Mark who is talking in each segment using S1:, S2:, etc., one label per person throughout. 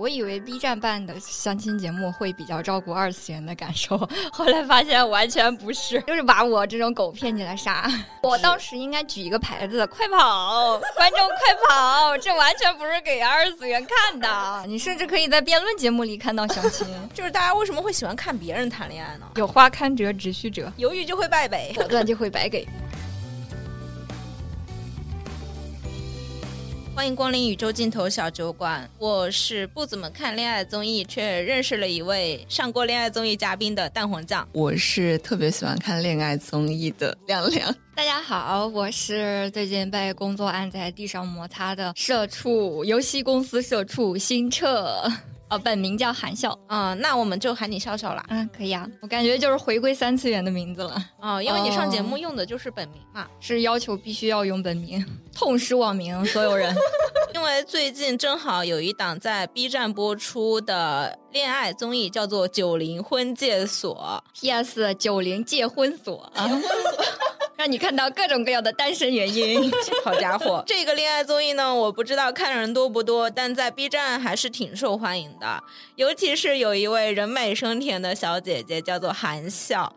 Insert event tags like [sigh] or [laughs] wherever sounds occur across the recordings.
S1: 我以为 B 站办的相亲节目会比较照顾二次元的感受， [laughs] 后来发现完全不是，就是把我这种狗骗进来 [laughs] 杀。我当时应该举一个牌子，快跑，观众快跑！这完全不是给二次元看的。 [laughs] 你甚至可以在辩论节目里看到相 [laughs] 亲，
S2: 就是大家为什么会喜欢看别人谈恋爱呢？
S1: 有花堪折直须折，
S2: 犹豫就会败北。
S1: 果断就会白给。
S2: [laughs] 欢迎光临宇宙尽头小酒馆，我是不怎么看恋爱综艺，却认识了一位上过恋爱综艺嘉宾的蛋黄酱。
S3: 我是特别喜欢看恋爱综艺的亮亮。
S1: 大家好，我是最近被工作按在地上摩擦的社畜，游戏公司社畜新澈。哦，本名叫韩笑，
S2: 啊、那我们就喊你笑笑啦。
S1: 嗯，可以啊，我感觉就是回归三次元的名字了，
S2: 啊、因为你上节目
S1: 哦
S2: 用的就是本名嘛。
S1: 是要求必须要用本名，
S2: 嗯
S1: 痛失网名，所有人。 [laughs]
S2: 因为最近正好有一档在 B 站播出的恋爱综艺，叫做《九零婚介所
S1: P.S. 九零戒婚所
S2: [laughs]
S1: 啊， [laughs] 让你看到各种各样的单身原因。》。
S2: [laughs] 好家伙，这个恋爱综艺呢，我不知道看的人多不多，但在 B 站还是挺受欢迎的。尤其是有一位人美声甜的小姐姐，叫做韩笑。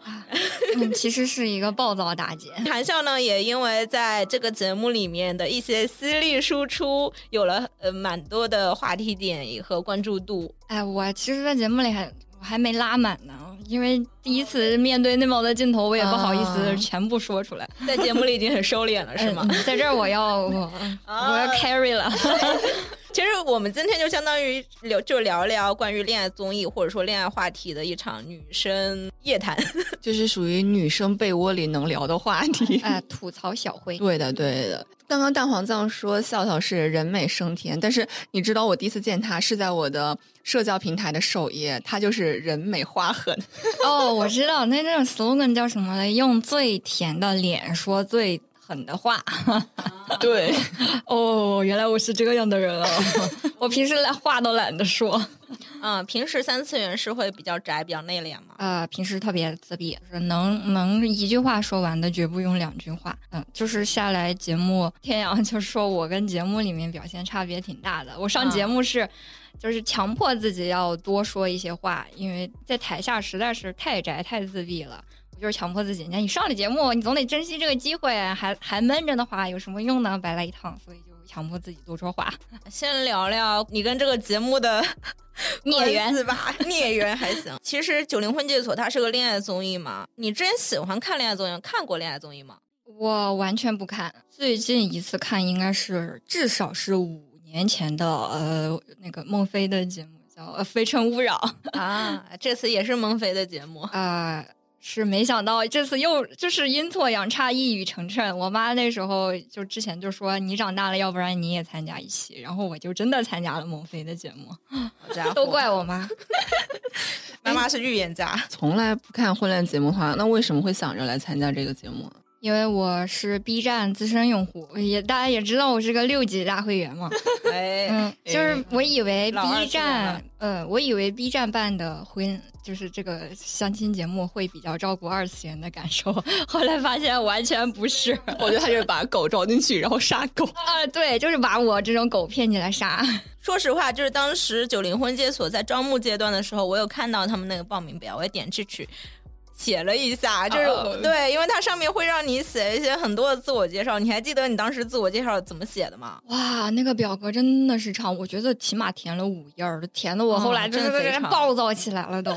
S1: 嗯，其实是一个暴躁大姐。
S2: 韩笑呢，也因为在这个节目里面的一些犀利输出，有了呃蛮多的话题点和关注度。
S1: 哎，我其实，在节目里还我还没拉满呢，因为第一次面对那么多镜头，我也不好意
S3: 啊
S1: 思全部说出来，
S2: 在节目里已经很收敛
S1: [laughs]
S2: 了，是吗？
S1: 嗯在这儿我要我
S2: [laughs] 啊
S1: 嗯我要 carry 了。
S2: [laughs] 其实我们今天就相当于聊，就聊聊关于恋爱综艺或者说恋爱话题的一场女生夜谈。
S3: 就是属于女生被窝里能聊的话 [laughs] 题。
S1: 哎，吐槽小辉，
S3: 对的，对的。刚刚蛋黄酱说笑笑是人美声甜，但是你知道我第一次见她是在我的社交平台的首页，她就是人美花 [laughs] 很。
S1: [laughs] 哦，我知道，那那种 slogan 叫什么来？用最甜的脸说最狠的话。
S3: 对，
S1: 哦，原来我是这样的人啊！ [laughs] 我平时连话都懒得说。
S2: 嗯，平时三次元是会比较宅、比较内敛嘛。
S1: 呃，平时特别自闭，就是能能一句话说完的，绝不用两句话。嗯，就是下来节目，天阳就说我跟节目里面表现差别挺大的。我上
S2: 啊
S1: 节目是，就是强迫自己要多说一些话，因为在台下实在是太宅太自闭了。我就是强迫自己，你看你上了节目，你总得珍惜这个机会，还还闷着的话有什么用呢？白来一趟，所以就强迫自己多说话。
S2: 先聊聊你跟这个节目 [laughs] 的
S1: 孽缘
S2: 关系吧，孽缘还行。其实《九零婚介所》它是个恋爱综艺嘛，你之前喜欢看恋爱综艺，看过恋爱综艺吗？
S1: 我完全不看，最近一次看应该是至少是五年前的呃那个孟非的节目叫《呃非诚勿扰》
S2: [laughs]
S1: [laughs]
S2: 啊，这次也是孟非的节目，
S1: 啊、是没想到这次又就是阴错阳差一语成谶。我妈那时候就之前就说你长大了，要不然你也参加一期，然后我就真的参加了孟非的节目，
S2: 好家伙
S1: 都怪我妈。
S2: 妈妈是预言家。
S3: 从来不看婚恋节目的话，那为什么会想着来参加这个节目呢？
S1: 因为我是 B 站资深用户，也大家也知道我是个六级大会员嘛，
S2: [laughs] 哎，
S1: 嗯， [laughs] 就是我以为
S2: 老二
S1: B
S2: 次元了
S1: 站，呃，我以为 B 站办的婚就是这个相亲节目会比较照顾二次元的感受，后来发现完全不
S2: [laughs]
S1: 是。
S3: 我觉得她就是把狗招进去，然后杀狗。
S1: 啊，对，就是把我这种狗骗进来杀。
S2: 说实话，就是当时九零婚介所在招募阶段的时候，我有看到他们那个报名表，我也点进去。写了一下，就是、
S3: 哦
S2: 对，因为它上面会让你写一些很多的自我介绍。你还记得你当时自我介绍怎么写的吗？
S1: 哇，那个表格真的是长，我觉得起码填了五页儿，填的我
S2: 嗯
S1: 后来就
S2: 真
S1: 是
S2: 贼长
S1: 暴躁起来了都。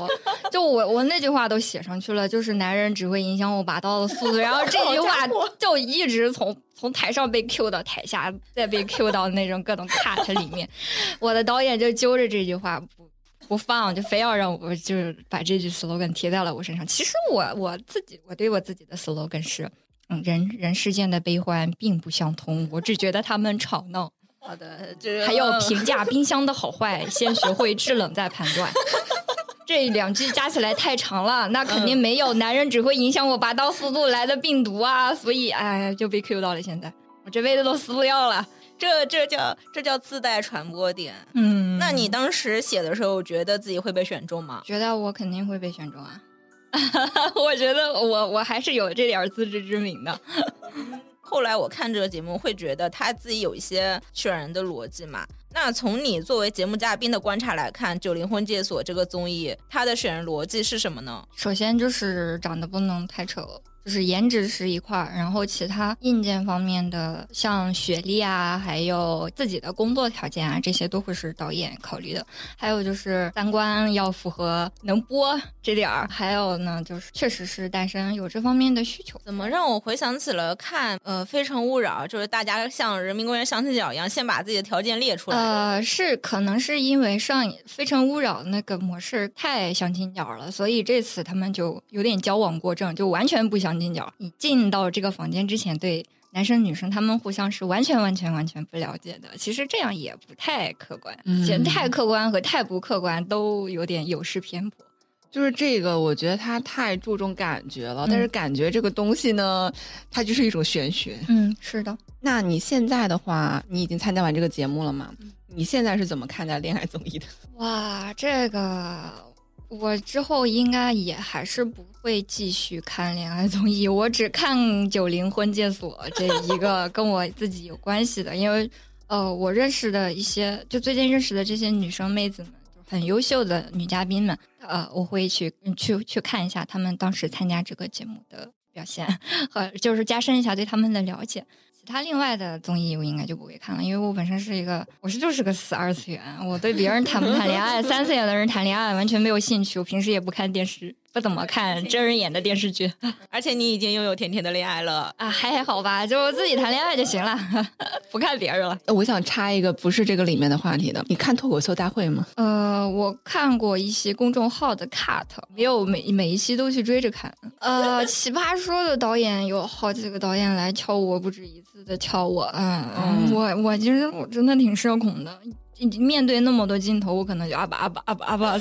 S1: 就我我那句话都写上去了，就是男人只会影响我拔刀的速度，然后这句话就一直从从台上被 Q 到台下， [laughs] 再被 Q 到那种各种 cut 里面。我的导演就揪着这句话不。不放，就非要让我就是把这句 slogan 贴在了我身上。其实我我自己，我对我自己的 slogan 是，嗯，人人世间的悲欢并不相通，我只觉得他们吵闹。
S2: 好的，就是嗯
S1: 还有评价冰箱的好坏，先学会制冷再判断。 [laughs] 这两句加起来太长了，那肯定没有。男人只会影响我拔刀速度来的病毒啊，所以哎，就被 Q 到了。现在我这辈子都撕不掉了。
S2: 这这叫这叫自带传播点。
S1: 嗯
S2: 那你当时写的时候，觉得自己会被选中吗？
S1: 觉得我肯定会被选中 [laughs] 啊？我觉得我我还是有这点儿自知之明的。
S2: 后来我看这个节目，会觉得他自己有一些选人的逻辑嘛。那从你作为节目嘉宾的观察来看，《九零婚介所》这个综艺，它的选人逻辑是什么呢？
S1: 首先就是长得不能太丑，就是颜值是一块儿，然后其他硬件方面的，像学历啊，还有自己的工作条件啊，这些都会是导演考虑的。还有就是三观要符合，能播这点儿。还有呢，就是确实是单身有这方面的需求。
S2: 怎么让我回想起了看呃《非诚勿扰》，就是大家像《人民公园相亲角》一样，先把自己的条件列出来。
S1: 呃，是可能是因为上《非诚勿扰》那个模式太相亲角了，所以这次他们就有点矫枉过正，就完全不相亲角。你进到这个房间之前，对男生女生他们互相是完全完全完全不了解的。其实这样也不太客观，
S3: 嗯
S1: 其实太客观和太不客观都有点有失偏颇。
S3: 就是这个，我觉得他太注重感觉了，
S1: 嗯
S3: 但是感觉这个东西呢，它就是一种玄学。
S1: 嗯，是的。
S3: 那你现在的话，你已经参加完这个节目了吗？你现在是怎么看待恋爱综艺的？
S1: 哇，这个我之后应该也还是不会继续看恋爱综艺，我只看《九零婚介所》这一个跟我自己有关系的，因为呃，我认识的一些就最近认识的这些女生妹子们，就很优秀的女嘉宾们，呃，我会去嗯去去看一下她们当时参加这个节目的表现， [laughs] 和就是加深一下对她们的了解。其他另外的综艺我应该就不会看了，因为我本身是一个，我是就是个死二次元，我对别人谈不谈恋爱、三次元的人谈恋爱完全没有兴趣，我平时也不看电视，不怎么看真人演的电视剧 [laughs]
S2: 而且你已经拥有甜甜的恋爱了。
S1: 啊，还好吧，就自己谈恋爱就行了，不看别人了。
S3: 呃我想插一个不是这个里面的话题的，你看脱口秀大会吗？
S1: 呃，我看过一些公众号的 cut，没有每每一期都去追着看。呃，奇葩说的导演有好几个导演来敲我，不止一次的敲我。嗯，
S3: 嗯
S1: 我我其实我真的挺社恐的。面对那么多镜头，我可能就啊吧啊吧啊吧啊吧，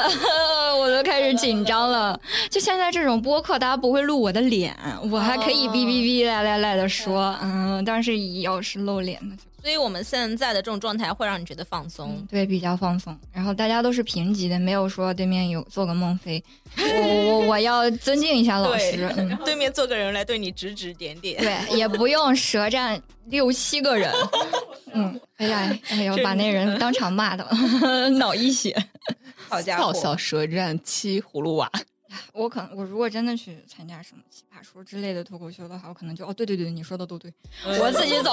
S1: [laughs] 我都开始紧张了。就现在这种播客，大家不会录我的脸，我还可以
S2: 哦
S1: 哔哔哔来来来的说，嗯，但是要是露脸那就
S2: 所以我们现在的这种状态会让你觉得放松。
S1: 嗯，对，比较放松。然后大家都是平级的，没有说对面有做个孟非。我我我要尊敬一下老师，
S2: [laughs]
S1: 嗯，
S2: 对面坐个人来对你指指点点。
S1: 对，也不用舌战六七个人。嗯，哎呀，哎呦，
S2: 真
S1: 把那人当场骂的 [laughs] 脑溢血。
S2: 好家
S3: 笑
S2: 伙，
S3: 笑舌战七葫芦娃，
S1: 我可能我如果真的去参加什么奇葩说之类的脱口秀的话，我可能就哦，对对对，你说的都对，我自己走。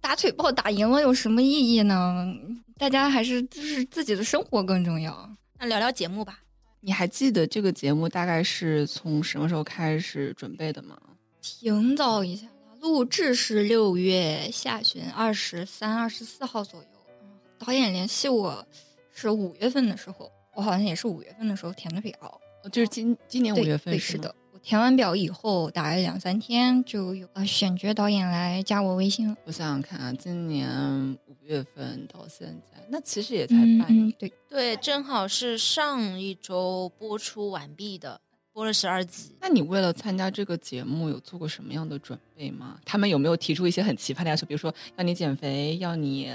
S1: 打嘴炮打赢了有什么意义呢？大家还是就是自己的生活更重要。
S2: [laughs] 那聊聊节目吧。
S3: 你还记得这个节目大概是从什么时候开始准备的吗？
S1: 挺早以前了，录制是六月下旬，二十三、二十四号左右。导演联系我是五月份的时候，我好像也是五月份的时候填的表。
S3: 哦就是今今年五
S1: 对
S3: 月份
S1: 对，
S3: 是
S1: 是
S3: 吗，
S1: 的。我填完表以后，打了两三天就有呃选角导演来加我微信了。
S3: 我想想看啊，今年五月份到现在，那其实也才
S1: 嗯
S3: 半年。
S1: 嗯，对，
S2: 对，正好是上一周播出完毕的，播了十二集。
S3: 那你为了参加这个节目，有做过什么样的准备吗？他们有没有提出一些很奇葩的要求，比如说要你减肥，要你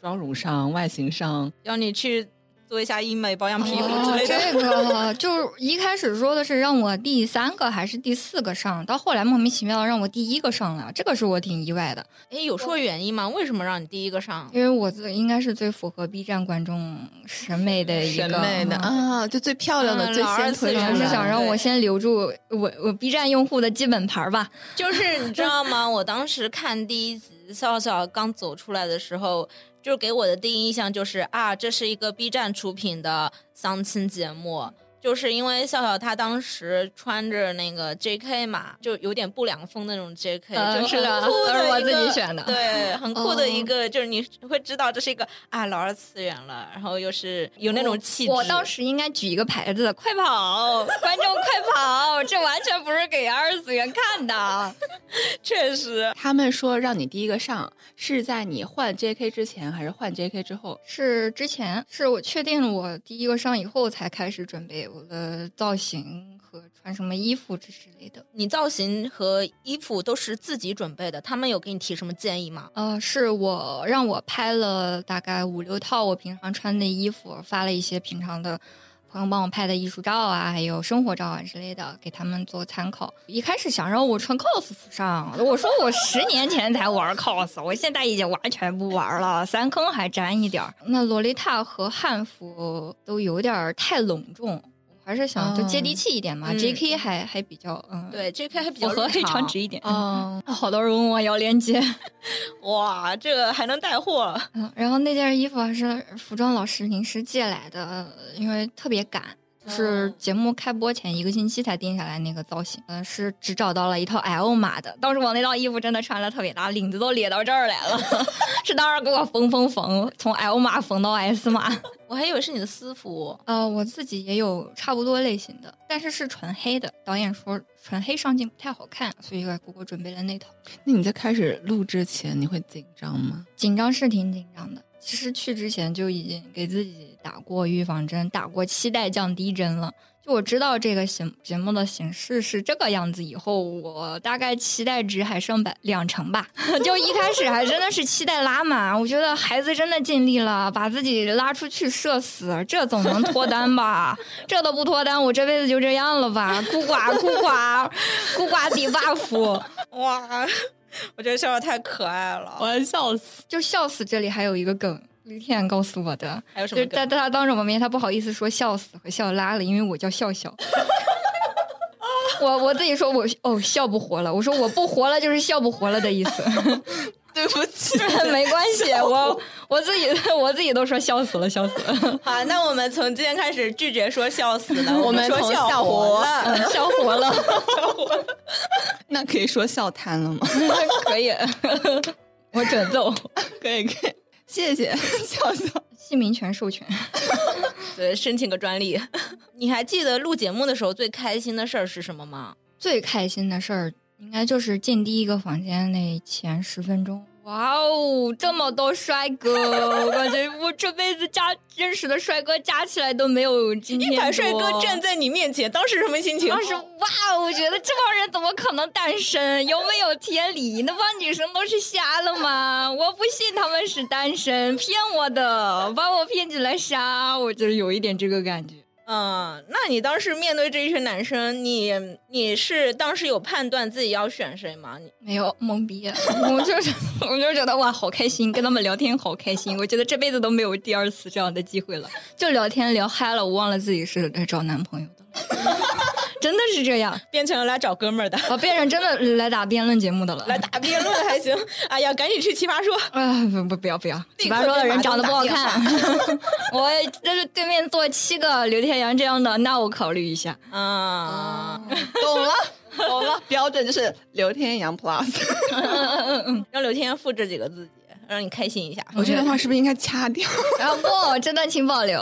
S3: 妆容上、外形上？
S2: 要你去做一下医美、保养皮肤之
S1: 哦，
S2: 类的。
S1: 这个就是一开始说的是让我第三个还是第四个上，到后来莫名其妙让我第一个上了，这个是我挺意外的。
S2: 哎，有说原因吗？为什么让你第一个上？
S1: 因为我自应该是最符合 B 站观众审美的一个
S3: 审美的
S1: 嗯
S3: 啊，就最漂亮的、
S2: 嗯
S3: 最
S2: 老二
S3: 先
S2: 次
S3: 推
S1: 可
S3: 出
S2: 元
S1: 能是
S3: 来的。
S1: 想让我先留住我我 B 站用户的基本盘儿吧。
S2: 就是你知道吗？我当时看第一集笑笑刚走出来的时候，就是给我的第一印象就是啊，这是一个 B 站出品的相亲节目。就是因为笑笑她当时穿着那个 JK 嘛，就有点不良风那种 JK，、
S1: 呃
S2: 就是
S1: 的
S2: 很酷
S1: 都是
S2: 一
S1: 我自己
S2: 个
S1: 选的
S2: 对，很酷的一
S1: 哦
S2: 个，就是你会知道这是一个啊老二次元了，然后又是有那种气质。
S1: 我当时应该举一个牌子，快跑，观众快跑！这完全不是给二次元看的。
S2: 确实，
S3: 他们说让你第一个上，是在你换 JK 之前，还是换 JK 之后？
S1: 是之前是我确定我第一个上以后才开始准备我的造型和穿什么衣服之之类的。
S2: 你造型和衣服都是自己准备的，他们有给你提什么建议吗？
S1: 呃，是我让我拍了大概五六套我平常穿的衣服，发了一些平常的朋友帮我拍的艺术照啊，还有生活照啊之类的，给他们做参考。一开始想让我穿 cos 服上，我说我十年前才玩 cos，我现在已经完全不玩了，三坑还沾一点儿。 [laughs] 那洛丽塔和汉服都有点儿太隆重，我还是想就接地气一点嘛。
S2: 嗯
S1: JK 还还比较嗯， [laughs]
S2: 对，JK 还
S1: 符
S2: 比较
S1: 合
S2: 日
S1: 黑长
S2: 常
S1: 直一点。
S3: 哦，
S1: 啊好多人问我要链接，
S2: 哇，这个还能带货，
S1: 嗯，然后那件衣服还是服装老师临时借来的，因为特别赶，就是
S2: 哦
S1: 节目开播前一个星期才定下来那个造型。嗯、是只找到了一套 L 码的，当时我那套衣服真的穿了特别大，领子都咧到这儿来了， [laughs] 是当时给我缝缝缝，从 L 码缝到 S 码。
S2: 我还以为是你的私服。
S1: 呃，我自己也有差不多类型的，但是是纯黑的。导演说纯黑上镜不太好看，所以给我准备了那套。
S3: 那你在开始录之前，你会紧张吗？
S1: 紧张是挺紧张的。其实去之前就已经给自己打过预防针，打过期待降低针了。就我知道这个形节目的形式是这个样子，以后我大概期待值还剩百两成吧。 [laughs] 就一开始还真的是期待拉满，我觉得孩子真的尽力了，把自己拉出去社死，这总能脱单吧？这都不脱单，我这辈子就这样了吧？孤寡孤寡孤寡抵 buff。
S2: 哇， [laughs] 我觉得笑笑太可爱了。
S3: 要笑死！
S1: 就笑死！这里还有一个梗，李天告诉我的，
S2: 还有什
S1: 就
S2: 么
S1: 是
S2: 梗？
S1: 在在他当着我面，他不好意思说笑死和笑拉了，因为我叫笑 [laughs] 笑。我我自己说我哦笑不活了，我说我不活了就是笑不活了的意 [laughs] 思，
S2: 对不
S3: [laughs]
S2: 起
S1: 没关系，我我自己我自己都说笑死了笑死 [laughs] 了，
S2: 好，那我们从今天开始拒绝说笑死
S1: [laughs]
S2: 了，
S3: 我们
S2: 说
S3: 从
S2: 笑
S3: 笑活
S2: 了。
S1: 嗯笑活了， [laughs]
S3: 那可以说笑瘫了吗？ [laughs]
S1: 可以， [laughs] 我准奏，
S3: 可以，可以，谢谢笑笑。
S1: 姓名权授权。
S2: 对，申请个专利。 [laughs] 你还记得录节目的时候最开心的事儿是什么吗？
S1: 最开心的事儿，应该就是进第一个房间那前十分钟。哇哦，这么多帅哥，我感觉我这辈子加认识的帅哥加起来都没有今天
S2: 一排帅哥
S1: 多
S2: 站在你面前，当时什么心情？
S1: 当时哇，哦我觉得这帮人怎么可能单身？有没有天理？那帮女生都是瞎了吗？我不信他们是单身，骗我的，把我骗起来杀，我就是有一点这个感觉。
S2: 嗯，那你当时面对这一群男生，你你是当时有判断自己要选谁吗？你
S1: 没有懵逼，我就是我就觉得哇，好开心，跟他们聊天好开心。我觉得这辈子都没有第二次这样的机会了，就聊天聊嗨了，我忘了自己是来找男朋友的了， [laughs] 真的是这样。
S2: 变成了来找哥们儿的，
S1: 我变成真的来打辩论节目的了。
S2: 来打辩论还行。哎呀，赶紧去奇葩说。
S1: 啊不不不要不要！
S2: 立
S1: 奇
S2: 刻
S1: 葩说的
S2: 被
S1: 人
S2: 马
S1: 长得
S2: 东
S1: 不
S2: 打
S1: 好
S2: 电
S1: 看，我就是对面坐七个刘天阳这样的，那我考虑一下。
S2: 啊、
S3: 懂了，懂了，标准就是刘天阳 plus。
S2: 让刘天复制几个自己，让你开心一下。
S3: [laughs] 我这段话是不是应该掐掉？
S1: 然后不，这段请保留，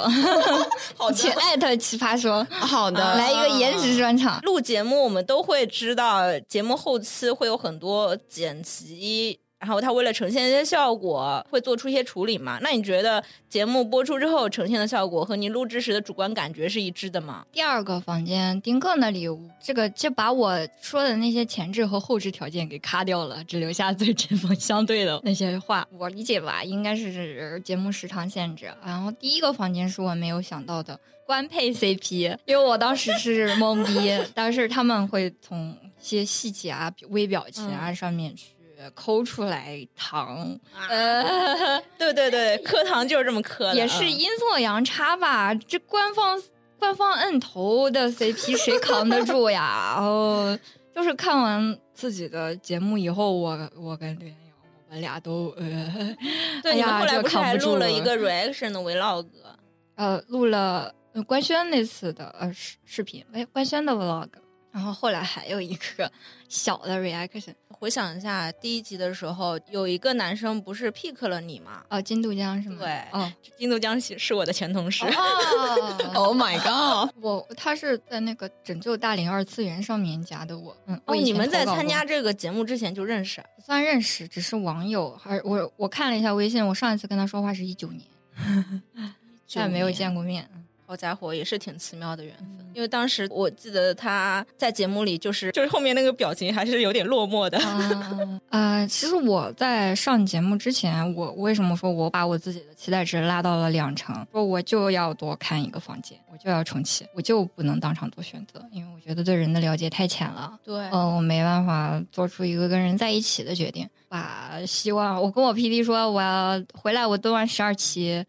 S2: 好
S1: 请艾特奇葩说，啊
S3: 好的，
S1: 来一
S2: 嗯
S1: 个颜值专场。
S2: 录节目，我们都会知道节目后期会有很多剪辑，然后他为了呈现一些效果，会做出一些处理嘛。那你觉得节目播出之后呈现的效果和你录制时的主观感觉是一致的吗？
S1: 第二个房间丁克那里，这个就把我说的那些前置和后置条件给卡掉了，只留下最针锋相对的那些话。我理解吧，应该是节目时长限制。然后第一个房间是我没有想到的官配 [laughs] CP，因为我当时是懵逼，但是他们会从一些细节啊、微表情啊上面去抠出来糖，呃。
S2: [laughs] 对对对，磕糖就是这么磕的，啊嗯
S1: 也是
S2: 一
S1: 阴错阳差吧？这官方官方摁头的
S2: [laughs]
S1: CP 谁扛得住呀？哦，就是看完自己的节目以后，我我跟刘元瑶，我们俩都呃
S2: 对。
S1: [laughs] 哎
S2: 你们
S1: 呀
S2: 后来
S1: 这
S2: 不是
S1: 扛
S2: 还
S1: 不住
S2: 录了
S1: 了
S2: 一个 reaction 的 vlog？
S1: 呃录了呃官宣那次的呃视视频，哎官宣的 vlog，然后后来还有一个小的 reaction，
S2: 回想一下第一集的时候，有一个男生不是 pick 了你吗？
S1: 哦金杜江是吗？
S2: 对 [laughs]
S1: 哦
S2: 金都江是是我的前同事，
S1: 哦。
S3: Oh my god！
S1: 我他是在那个拯救大龄二次元上面加的我，嗯，
S2: 哦，
S1: 我以
S2: 你
S1: 前
S2: 们在
S1: 投稿
S2: 参
S1: 过
S2: 加这个节目之前就认识啊？
S1: 不算认识，只是网友。还我我看了一下微信，我上一次跟他说 [laughs] 话是一九年，再没有
S2: 过。
S1: 见过面。 [laughs]
S2: 好家伙，也是挺奇妙的缘分。因为当时我记得他在节目里嗯就是哦就是后面那个表情还是有点落寞的。 [laughs]
S1: 啊、呃，其实我在上节目之前，我我为什么说我把我自己的期待值拉到了两成？说我就要多看一个房间，我就要重启，我就不能当场做选择，因为我觉得对人的了解太浅了。
S2: 对
S1: 呃，我没办法做出一个跟人在一起的决定。把希望，我跟我 PD 说，我要回来，我蹲完十二期，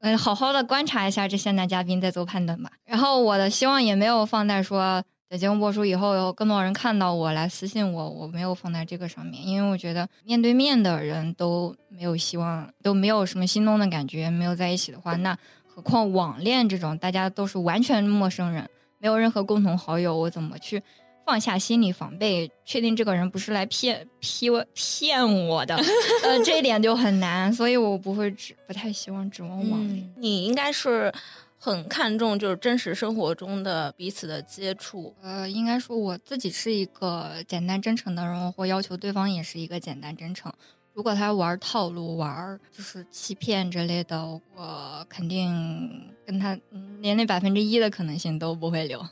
S1: 嗯，好好的观察一下这些男嘉宾，再做判断吧。然后我的希望也没有放在说，在节目播出以后，有更多人看到我来私信我，我没有放在这个上面，因为我觉得面对面的人都没有希望，都没有什么心动的感觉，没有在一起的话，那何况网恋这种，大家都是完全陌生人，没有任何共同好友，我怎么去？放下心理防备，确定这个人不是来骗骗我骗我的， [laughs] 呃，这一点就很难，所以我不会指，不太希望指望网恋。
S2: 嗯，你应该是很看重就是真实生活中的彼此的接触。
S1: 呃，应该说我自己是一个简单真诚的人，或要求对方也是一个简单真诚。如果他玩套路、玩就是欺骗之类的，我肯定跟他嗯连那百分之一的可能性都不会留。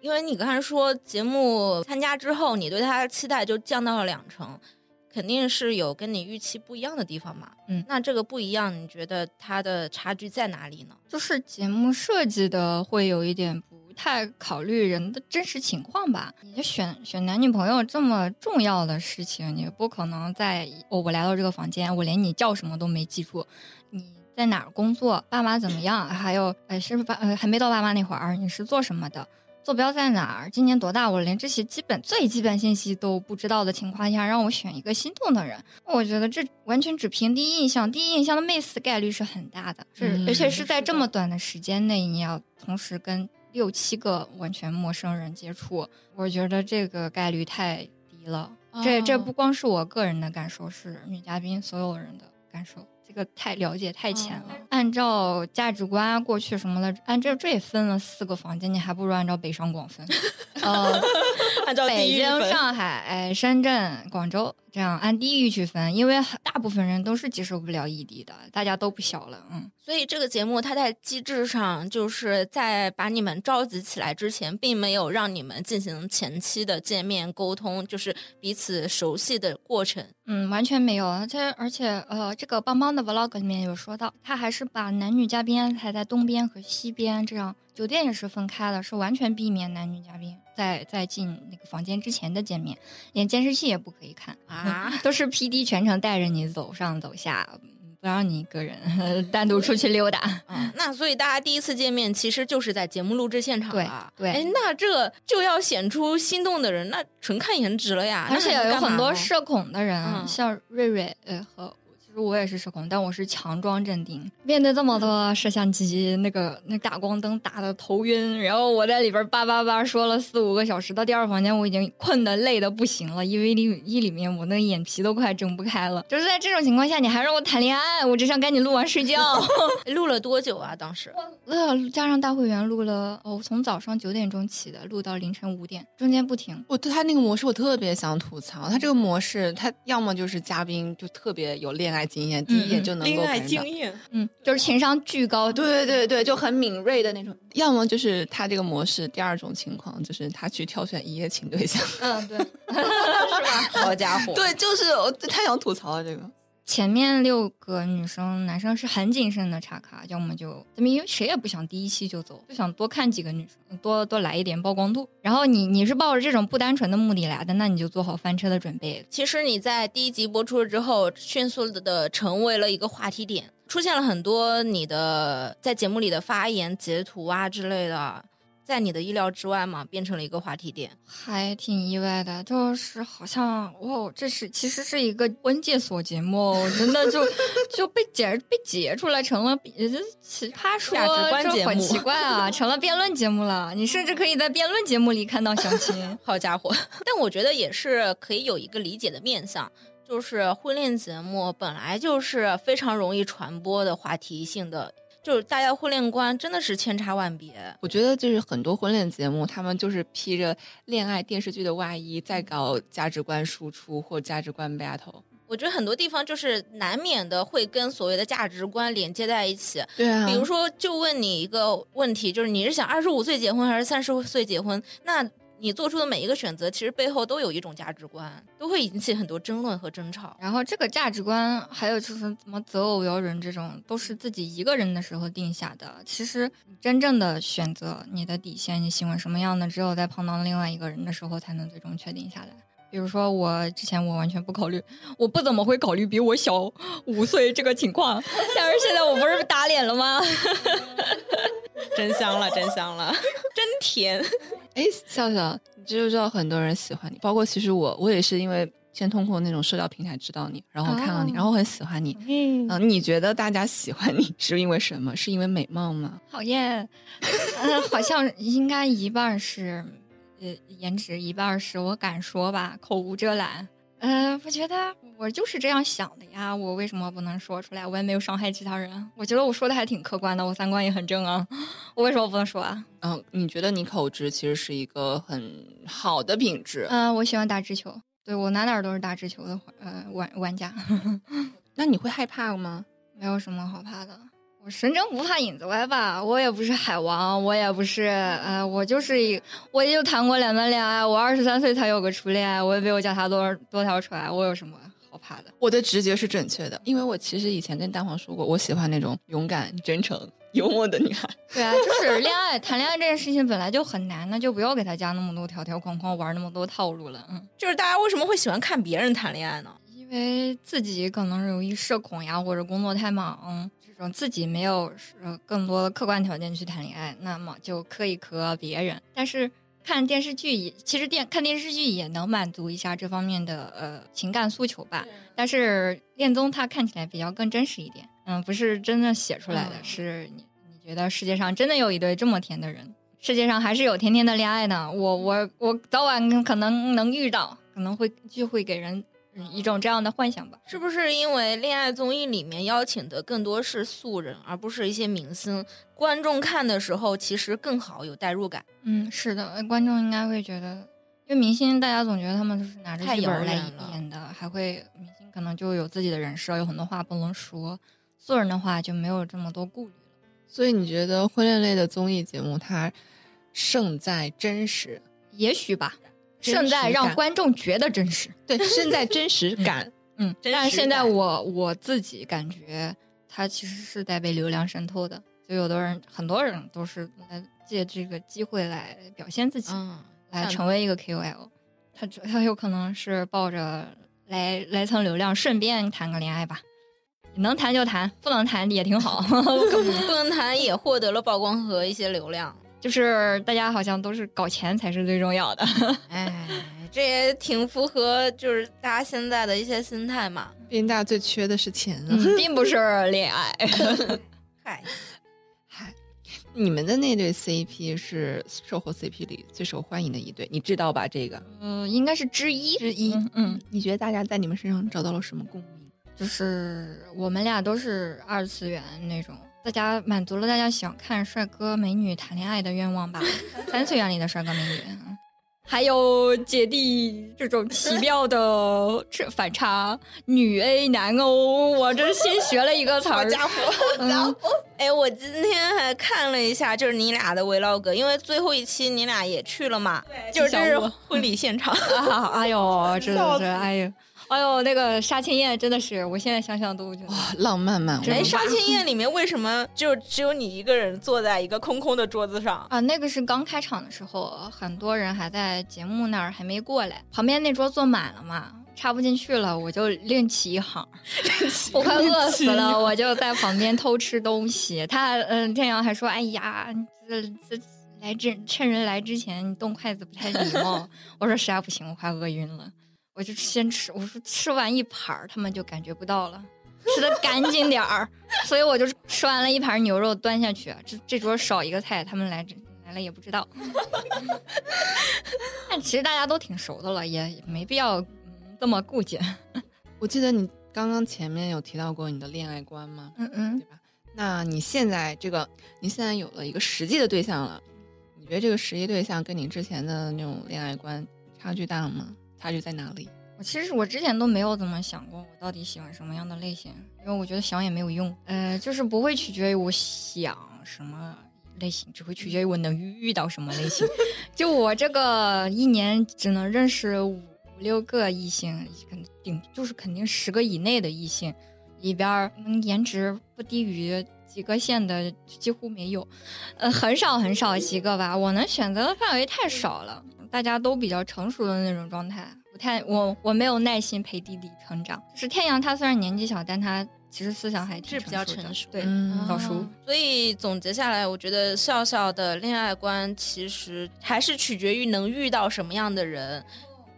S2: 因为你刚才说节目参加之后，你对他的期待就降到了两成，肯定是有跟你预期不一样的地方嘛。
S1: 嗯
S2: 那这个不一样，你觉得它的差距在哪里呢？
S1: 就是节目设计的会有一点不太考虑人的真实情况吧。你就选选男女朋友这么重要的事情，你不可能在哦，我来到这个房间，我连你叫什么都没记住，你在哪儿工作，爸妈怎么样，还有呃是不是爸呃还没到爸妈那会儿，你是做什么的，坐标在哪儿，今年多大，我连这些基本最基本信息都不知道的情况下，让我选一个心动的人，我觉得这完全只凭第一印象，第一印象的 miss 概率是很大的，是、
S3: 嗯
S1: 而且是在
S2: 是的
S1: 这么短的时间内，你要同时跟六七个完全陌生人接触，我觉得这个概率太低了。这这
S2: 哦
S1: 不光是我个人的感受，是女嘉宾所有人的感受。这个太了解太浅了，
S2: 哦
S1: 按照价值观啊、过去什么的，按这这也分了四个房间，你还不如按照北上广
S2: [laughs]
S1: 分。呃，
S2: 按照
S1: 北
S2: 地域
S1: 京、
S2: 分
S1: 上海、哎深圳、广州这样按地域去分，因为很大部分人都是接受不了异地的，大家都不小了，嗯，
S2: 所以这个节目它在机制上，就是在把你们召集起来之前，并没有让你们进行前期的见面沟通，就是彼此熟悉的过程。
S1: 嗯，完全没有。而且而且，呃，这个邦邦的 vlog 里面有说到，他还是把男女嘉宾安排在东边和西边，这样酒店也是分开的，是完全避免男女嘉宾在在进那个房间之前的见面，连监视器也不可以看 [laughs]
S2: 啊，
S1: 都是 P D 全程带着你走上走下，嗯不让你一个人 [laughs] 单独出去溜达。
S2: 嗯，那所以大家第一次见面其实就是在节目录制现场了。
S1: 对对
S2: 哎，那这就要显出心动的人，那纯看颜值了呀。
S1: 而且有很多
S2: 是，
S1: 社恐的人，
S2: 嗯
S1: 像瑞瑞呃和。其实我也是社恐，但我是强装镇定。面对这么多摄像机，那个那大光灯打的头晕，然后我在里边叭叭叭说了四五个小时，到第二房间我已经困得累得不行了，因为里一里面我那眼皮都快睁不开了。就是在这种情况下，你还让我谈恋爱，我只想赶紧录完睡 [laughs] 觉。
S2: 录了多久啊？当时
S1: 呃，加上大会员录了，哦，我从早上九点钟起的，录到凌晨五点，中间不停。
S3: 我对他那个模式我特别想吐槽，他这个模式，他要么就是嘉宾就特别有恋爱经验，第一眼就能够感觉到
S2: [laughs] 验，
S1: 嗯，就是情商巨高，
S3: 对对对，就很敏锐的那种；要么就是他这个模式，第二种情况就是他去挑选一夜情对象。
S1: 嗯，对。
S2: 好家伙！
S3: [laughs] 对，就是我太想吐槽了这个。
S1: 前面六个女生，男生是很谨慎的查卡，要么就咱们因为谁也不想第一期就走，就想多看几个女生，多多来一点曝光度。然后你你是抱着这种不单纯的目的来的，那你就做好翻车的准备。
S2: 其实你在第一集播出之后，迅速的成为了一个话题点，出现了很多你的在节目里的发言、截图啊之类的，在你的意料之外嘛，变成了一个话题点。
S1: 还挺意外的，就是好像哦，这是其实是一个婚介所节目，哦真的就就被解被解出来成了呃奇葩说，
S2: 价值观
S1: 这
S2: 节
S1: 好
S2: 目
S1: 奇怪 [laughs] 啊，成了辩论节目了。你甚至可以在辩论节目里看到相亲。
S2: 好家伙！ [laughs] 但我觉得也是可以有一个理解的面向，就是婚恋节目本来就是非常容易传播的话题性的，就是大家婚恋观真的是千差万别。
S3: 我觉得就是很多婚恋节目，他们就是披着恋爱电视剧的外衣，在搞价值观输出或价值观 battle。
S2: 我觉得很多地方就是难免的会跟所谓的价值观连接在一起。
S3: 对啊，
S2: 比如说，就问你一个问题，就是你是想二十五岁结婚还是三十岁结婚？那你做出的每一个选择，其实背后都有一种价值观，都会引起很多争论和争吵。
S1: 然后这个价值观，还有就是什么择偶标准这种，都是自己一个人的时候定下的。其实你真正的选择你的底线，你喜欢什么样的，只有在碰到另外一个人的时候，才能最终确定下来。比如说，我之前我完全不考虑，我不怎么会考虑比我小五岁这个情况，但是现在我不是打脸了吗？
S2: [laughs] 真香了，真香了，真甜。
S3: 哎，笑笑，你知不知道很多人喜欢你？包括其实我，我也是因为先通过那种社交平台知道你，然后我看到你，
S1: 哦
S3: 然后我很喜欢你。
S1: 嗯
S3: 嗯、你觉得大家喜欢你是因为什么？是因为美貌吗？
S1: 讨厌，呃，好像应该一半是呃颜值，一半是我敢说吧，口无遮拦。呃，我觉得我就是这样想的呀，我为什么不能说出来？我也没有伤害其他人，我觉得我说的还挺客观的，我三观也很正啊， [laughs] 我为什么不能说啊？
S3: 嗯、你觉得你口直其实是一个很好的品质？
S1: 嗯、我喜欢打直球，对我哪哪儿都是打直球的呃玩玩家，
S3: 那你会害怕吗？
S1: 没有什么好怕的。我神针不怕影子歪吧，我也不是海王，我也不是呃，我就是一，我也就谈过两段恋爱，我二十三岁才有个初恋爱，我也没有脚踏多多条船，我有什么好怕的？ [laughs]
S3: 我的直觉是准确的，因为我其实以前跟蛋黄说过，我喜欢那种勇敢、真诚、 [laughs] 幽默的女孩。
S1: 对啊，就是恋爱谈恋爱这件事情本来就很难，那就不要给他加那么多条条框框，玩那么多套路了，嗯。
S2: 就是大家为什么会喜欢看别人谈恋爱呢？
S1: 因为自己可能容易社恐呀，或者工作太忙，这种自己没有呃更多的客观条件去谈恋爱，那么就磕一磕别人。但是看电视剧也，其实电看电视剧也能满足一下这方面的呃情感诉求吧。但是恋综它看起来比较更真实一点，嗯，不是真的写出来的，
S3: 嗯
S1: 是你你觉得世界上真的有一对这么甜的人，世界上还是有甜甜的恋爱呢。我我我早晚可能能遇到，可能会就会给人嗯一种这样的幻想吧。
S2: 是不是因为恋爱综艺里面邀请的更多是素人，而不是一些明星？观众看的时候其实更好有代入感。
S1: 嗯，是的，呃观众应该会觉得，因为明星大家总觉得他们就是拿着
S2: 太
S1: 剧本
S2: 遥
S1: 儿来
S2: 远了
S1: 演的，还会明星可能就有自己的人设，有很多话不能说。素人的话就没有这么多顾虑了。
S3: 所以你觉得婚恋类的综艺节目它胜在真实？
S1: 也许吧，
S3: 真
S1: 胜在
S3: 实
S1: 让
S3: 感
S1: 观众觉得真实。
S3: 对，胜在真 [laughs] 实感。
S1: 嗯，
S2: 真
S1: 但是
S2: 实
S1: 现在
S2: 感
S1: 我我自己感觉，它其实是在被流量渗透的。就有的人，很多人都是来借这个机会来表现自己，
S2: 嗯，
S1: 来
S2: 像
S1: 成为一个 KOL。他主他有可能是抱着来来蹭流量，顺便谈个恋爱吧。能谈就谈，不能谈也挺好。 [laughs]
S2: 不能谈也获得了曝光和一些流量。
S1: 就是大家好像都是搞钱才是最重要的。 [laughs]
S2: 哎，这也挺符合就是大家现在的一些心态嘛。
S3: 毕竟大家最缺的是钱啊。
S1: 嗯并不是恋爱。
S2: 嗨，
S3: 嗨，你们的那对 CP 是售后 CP 里最受欢迎的一对，你知道吧？这个
S1: 嗯、应该是之一
S3: 之一
S1: 嗯嗯，
S3: 你觉得大家在你们身上找到了什么共鸣？
S1: 就是我们俩都是二次元那种，大家满足了大家想看帅哥美女谈恋爱的愿望 [laughs] 吧，三次元里的帅哥美女，嗯还有姐弟这种奇妙的这反差，女 A 男 O，我这新学了一个词儿，
S2: 伙！
S1: 嗯
S2: 哎，我今天还看了一下，就是你俩的 vlog，因为最后一期你俩也去了嘛，就是这
S1: 去
S2: 是
S1: 小屋
S2: 婚礼现场。
S1: 啊， [laughs] 哎呦，这
S2: 笑死
S1: 这哎呦，哎呦，那个沙千燕真的是，我现在想想都觉得。
S3: 哇，浪漫满
S2: 哎，
S3: 屋。
S2: 杀青宴里面为什么就只有你一个人坐在一个空空的桌子上？
S1: 啊，那个是刚开场的时候，很多人还在节目那儿还没过来，旁边那桌坐满了嘛，插不进去了，我就另起一行，我快饿死了，我就在旁边偷吃东西。他嗯，天阳还说：“哎呀，这这来之趁人来之前你动筷子不太礼貌。”我说：“实在不行，我快饿晕了，我就先吃。”我说：“吃完一盘儿，他们就感觉不到了。”吃的赶紧点儿，所以我就吃完了一盘牛肉端下去，啊这这桌少一个菜，他们来这来了也不知道。 [laughs] 但其实大家都挺熟的了，也也没必要、嗯这么顾忌。
S3: 我记得你刚刚前面有提到过你的恋爱观吗？
S1: 嗯嗯
S3: 对，吧？那你现在这个，你现在有了一个实际的对象了，你觉得这个实际对象跟你之前的那种恋爱观差距大吗？差距在哪里？
S1: 我其实我之前都没有怎么想过我到底喜欢什么样的类型，因为我觉得想也没有用。呃，就是不会取决于我想什么类型，只会取决于我能遇到什么类型。 [laughs] 就我这个一年只能认识五五六个异性，肯定就是肯定十个以内的异性，里边儿嗯颜值不低于及格线的几乎没有，呃，很少很少几个吧。我能选择的范围太少了，大家都比较成熟的那种状态，不太我我没有耐心陪弟弟成长。就是天阳，他虽然年纪小，但他其实思想还挺
S2: 是比较
S1: 成的
S2: 成熟
S1: 对，
S3: 嗯
S1: 早熟。
S2: 所以总结下来，我觉得笑笑的恋爱观其实还是取决于能遇到什么样的人。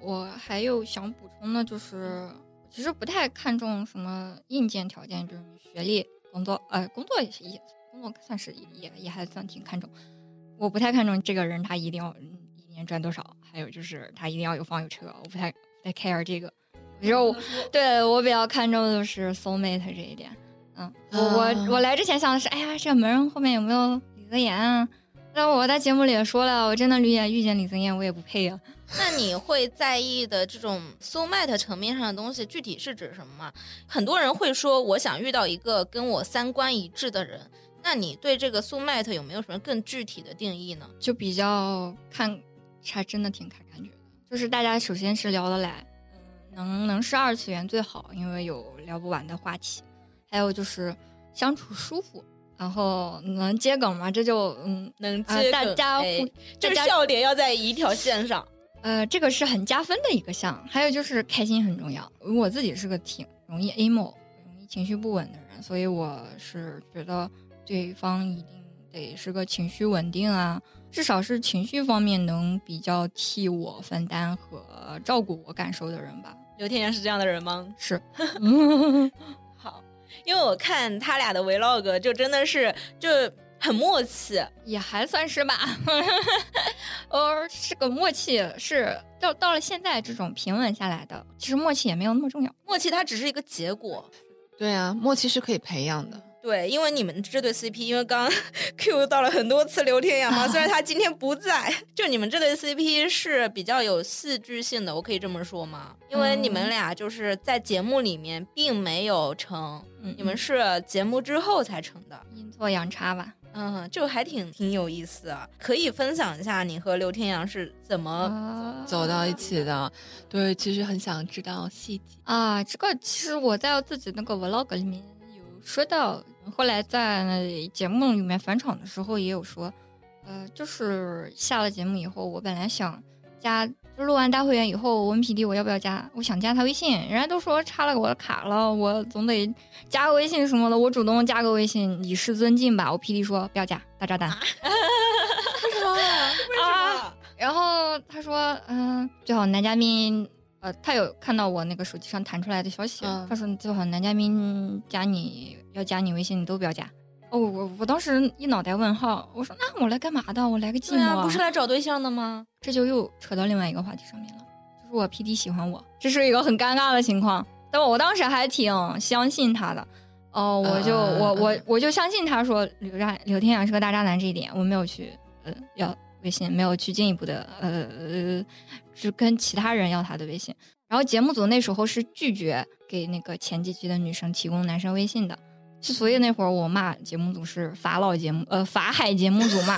S1: 我还有想补充的，就是其实不太看重什么硬件条件，就是学历、工作，呃，工作也是也工作算是也也还算挺看重。我不太看重这个人他一定要嗯一年赚多少，还有就是他一定要有房有车，我不太不太 care 这个。比如我对我比较看重的就是 soul mate 这一点。嗯，我
S3: 啊
S1: 我我来之前想的是，哎呀，这门后面有没有李泽言啊？但我在节目里也说了，我真的遇见遇见李泽言，我也不配啊呀、
S2: 那你会在意的这种 soul mate 层面上的东西，具体是指什么吗？很多人会说，我想遇到一个跟我三观一致的人。那你对这个 soul mate 有没有什么更具体的定义呢？
S1: 就比较看，还真的挺看感觉的。就是大家首先是聊得来，嗯，能能是二次元最好，因为有聊不完的话题。还有就是相处舒服，然后能接梗嘛，这就嗯
S2: 能
S1: 啊、
S2: 接
S1: 大
S2: 梗
S1: 家互、
S2: 哎
S1: 大
S2: 就是
S1: 家
S2: 笑点要在一条线上。
S1: 呃，这个是很加分的一个项。还有就是开心很重要。我自己是个挺容易 emo、容易情绪不稳的人，所以我是觉得对方一定得是个情绪稳定啊，至少是情绪方面能比较替我分担和照顾我感受的人吧。
S2: 刘天然是这样的人吗？
S1: 是，
S2: [laughs] 好，因为我看他俩的 vlog，就真的是就很默契。
S1: 也还算是吧， [laughs] 呃，是个默契，是到到了现在这种平稳下来的，其实默契也没有那么重要。
S2: 默契它只是一个结果。
S3: 对啊，默契是可以培养的。
S2: 对，因为你们这对 CP，因为刚 [laughs] 刚 Q 到了很多次刘天阳嘛，虽然他今天不在，就你们这对 CP 是比较有戏剧性的，我可以这么说吗？因为你
S1: 嗯
S2: 们俩就是在节目里面并没有成，
S1: 嗯，
S2: 你们是节目之后才成的，
S1: 阴错阳差吧？
S2: 嗯，就还挺挺有意思啊。可以分享一下你和刘天阳是怎么
S1: 啊
S3: 呃走到一起的。对，其实很想知道细节。
S1: 啊，这个其实我在自己那个 vlog 里面有说到，后来在节目里面返场的时候也有说，呃，就是下了节目以后，我本来想加，就录完大会员以后，文皮弟我要不要加？我想加他微信，人家都说插了我的卡了，我总得加个微信什么的，我主动加个微信以示尊敬吧。我 PD 说不要加，大炸弹。
S2: 啊？
S1: 然后他说，嗯、最好男嘉宾，呃，他有看到我那个手机上弹出来的消息，
S3: 嗯
S1: 他说最好男嘉宾加你要加你微信，你都不要加。哦，我我当时一脑袋问号，我说那我来干嘛的？我来个寂
S2: 对
S1: 寞、
S2: 啊，不是来找对象的吗？ [laughs]
S1: 这就又扯到另外一个话题上面了，就是我 PD 喜欢我，这是一个很尴尬的情况。但我当时还挺相信他的，哦，我就、
S3: 嗯嗯
S1: 我
S3: 嗯
S1: 我我就相信他说刘渣刘天阳是个大渣男这一点，我没有去呃要微信，没有去进一步的呃呃，只跟其他人要他的微信。然后节目组那时候是拒绝给那个前几期的女生提供男生微信的，之所以那会儿我骂节目组是法老节目呃法海节目组骂。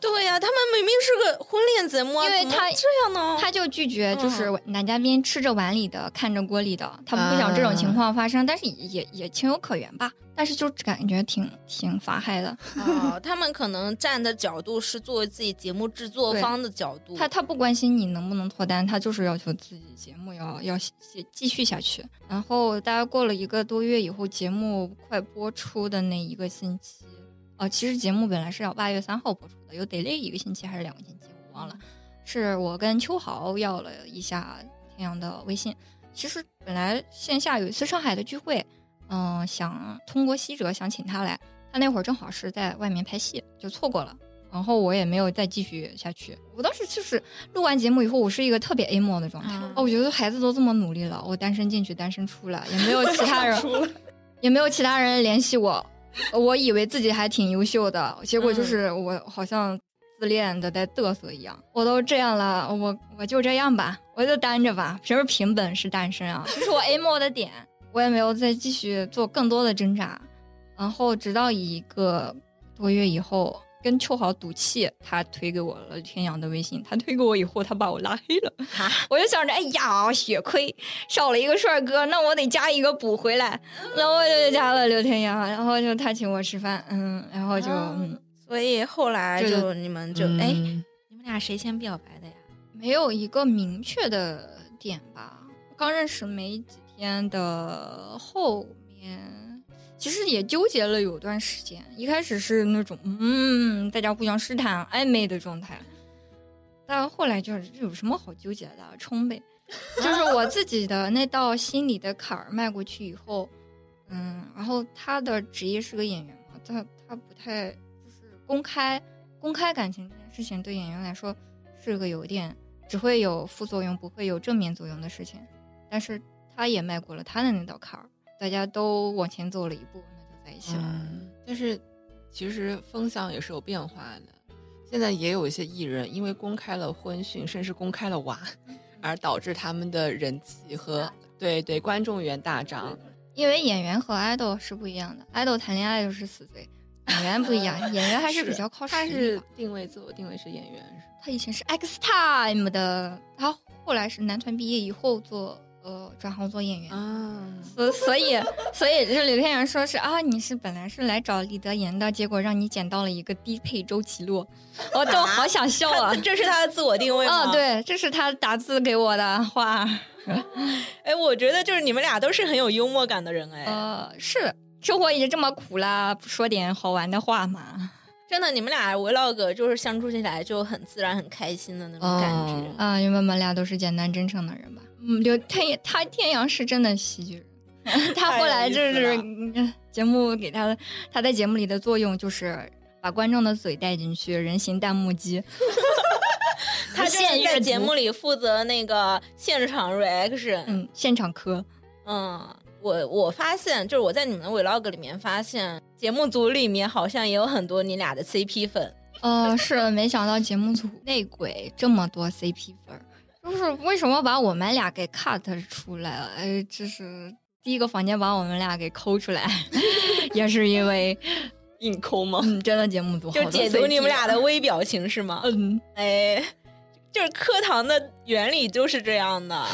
S2: 对呀、他们明明是个婚恋节目啊，
S1: 因为
S2: 怎么
S1: 他
S2: 这样呢，
S1: 他就拒绝，就是男嘉宾吃着碗里的，看着锅里的，他们不
S3: 啊
S1: 想这种情况发生，但是也也也情有可原吧。但是就感觉挺挺法害的，
S2: [laughs] 哦，他们可能站的角度是作为自己节目制作
S1: 对
S2: 方的角度，
S1: 他他不关心你能不能脱单，他就是要求自己节目要要继继续下去。然后大概过了一个多月以后，节目快播出的那一个星期，呃，其实节目本来是要八月三号播出的，又得累一个星期还是两个星期，我忘了。是我跟秋豪要了一下天阳的微信。其实本来线下有一次上海的聚会，嗯、想通过西哲想请他来，他那会儿正好是在外面拍戏，就错过了。然后我也没有再继续下去。我当时就是录完节目以后，我是一个特别 emo 的状态。
S2: 嗯
S1: 哦，我觉得孩子都这么努力了，我单身进去，单身出来，也没有其他人，也没有其呃他人联系我。我以为自己还挺优秀的，结果就是我好像自恋的在嘚瑟一样。我都这样了，我我就这样吧，我就单着吧。什么平本是单身啊？这是我 A 莫的点，我也没有再继续做更多的挣扎。然后直到一个多月以后，跟秋豪赌气，他推给我了天阳的微信。他推给我以后，他把我拉黑了。
S2: 啊
S1: 我就想着，哎呀，血亏少了一个帅哥，那我得加一个补回来。然后我就加了刘天阳，然后就他请我吃饭，嗯，然后就、
S2: 啊
S1: 嗯、
S2: 所以后来
S1: 这嗯
S2: 就
S1: 就
S2: 你们就哎、
S3: 嗯
S2: 你们俩谁先表白的呀？
S1: 没有一个明确的点吧。刚认识没几天的后面，其实也纠结了有段时间。一开始是那种嗯，大家互相试探、暧昧的状态，但后来就是这有什么好纠结的，啊冲呗。就是我自己的那道心理的坎儿迈过去以后，嗯，然后他的职业是个演员嘛，他他不太就是公开公开感情这件事情对演员来说是个有点只会有副作用不会有正面作用的事情，但是他也迈过了他的那道坎儿，大家都往前走了一步，那就在一起了。
S3: 嗯，但是其实风向也是有变化的。现在也有一些艺人因为公开了婚讯，甚至公开了娃，
S1: 嗯
S3: [laughs] 而导致他们的人气和对对观众缘大涨。
S1: 因为演员和爱豆是不一样的，爱豆谈恋爱就是死罪，演员不一样，演员还是比较靠实
S3: 他
S1: 力
S3: 是
S1: 吧
S3: 定位自我定位是演员，是吧
S1: 他以前是 X Time 的，他后来是男团毕业以后做呃转行做演员。
S3: 啊，
S1: 所所以，所以这刘天阳说是啊，你是本来是来找李德言的，结果让你捡到了一个低配周奇洛，我都好想笑啊！
S2: 这是他的自我定位吗？
S1: 嗯，。对，这是他打字给我的话，
S2: 哎，我觉得就是你们俩都是很有幽默感的人哎，
S1: 呃，是生活已经这么苦啦，不说点好玩的话嘛？
S2: 真的，你们俩 vlog 就是相处起来就很自然、很开心的那种感觉。
S3: 哦
S1: 啊、因为我们俩都是简单真诚的人吧。嗯，刘天他天阳是真的喜剧人， [laughs] 他后来就
S2: 太有
S1: 是
S2: 意思了
S1: 嗯 [laughs] 节目给他他在节目里的作用就是把观众的嘴带进去，人形弹幕机。 [laughs]
S2: 他就是
S1: 现阅
S2: 在
S1: 读
S2: 节目里负责那个现场 reaction。
S1: 嗯，现场磕，
S2: 嗯，我我发现就是我在你们的 vlog 里面发现，节目组里面好像也有很多你俩的 CP 粉。
S1: 呃，是没想到节目组内鬼这么多 CP 粉儿，就是为什么把我们俩给 cut 出来了？哎，这是第一个房间把我们俩给抠出来， [laughs] 也是因为，
S2: 硬抠吗？
S1: 嗯，真的节目组
S2: 就
S1: 好多
S2: 解读你们
S1: CP
S2: 俩的微表情是吗？
S1: 嗯，
S2: 哎，就是课堂的原理就是这样的。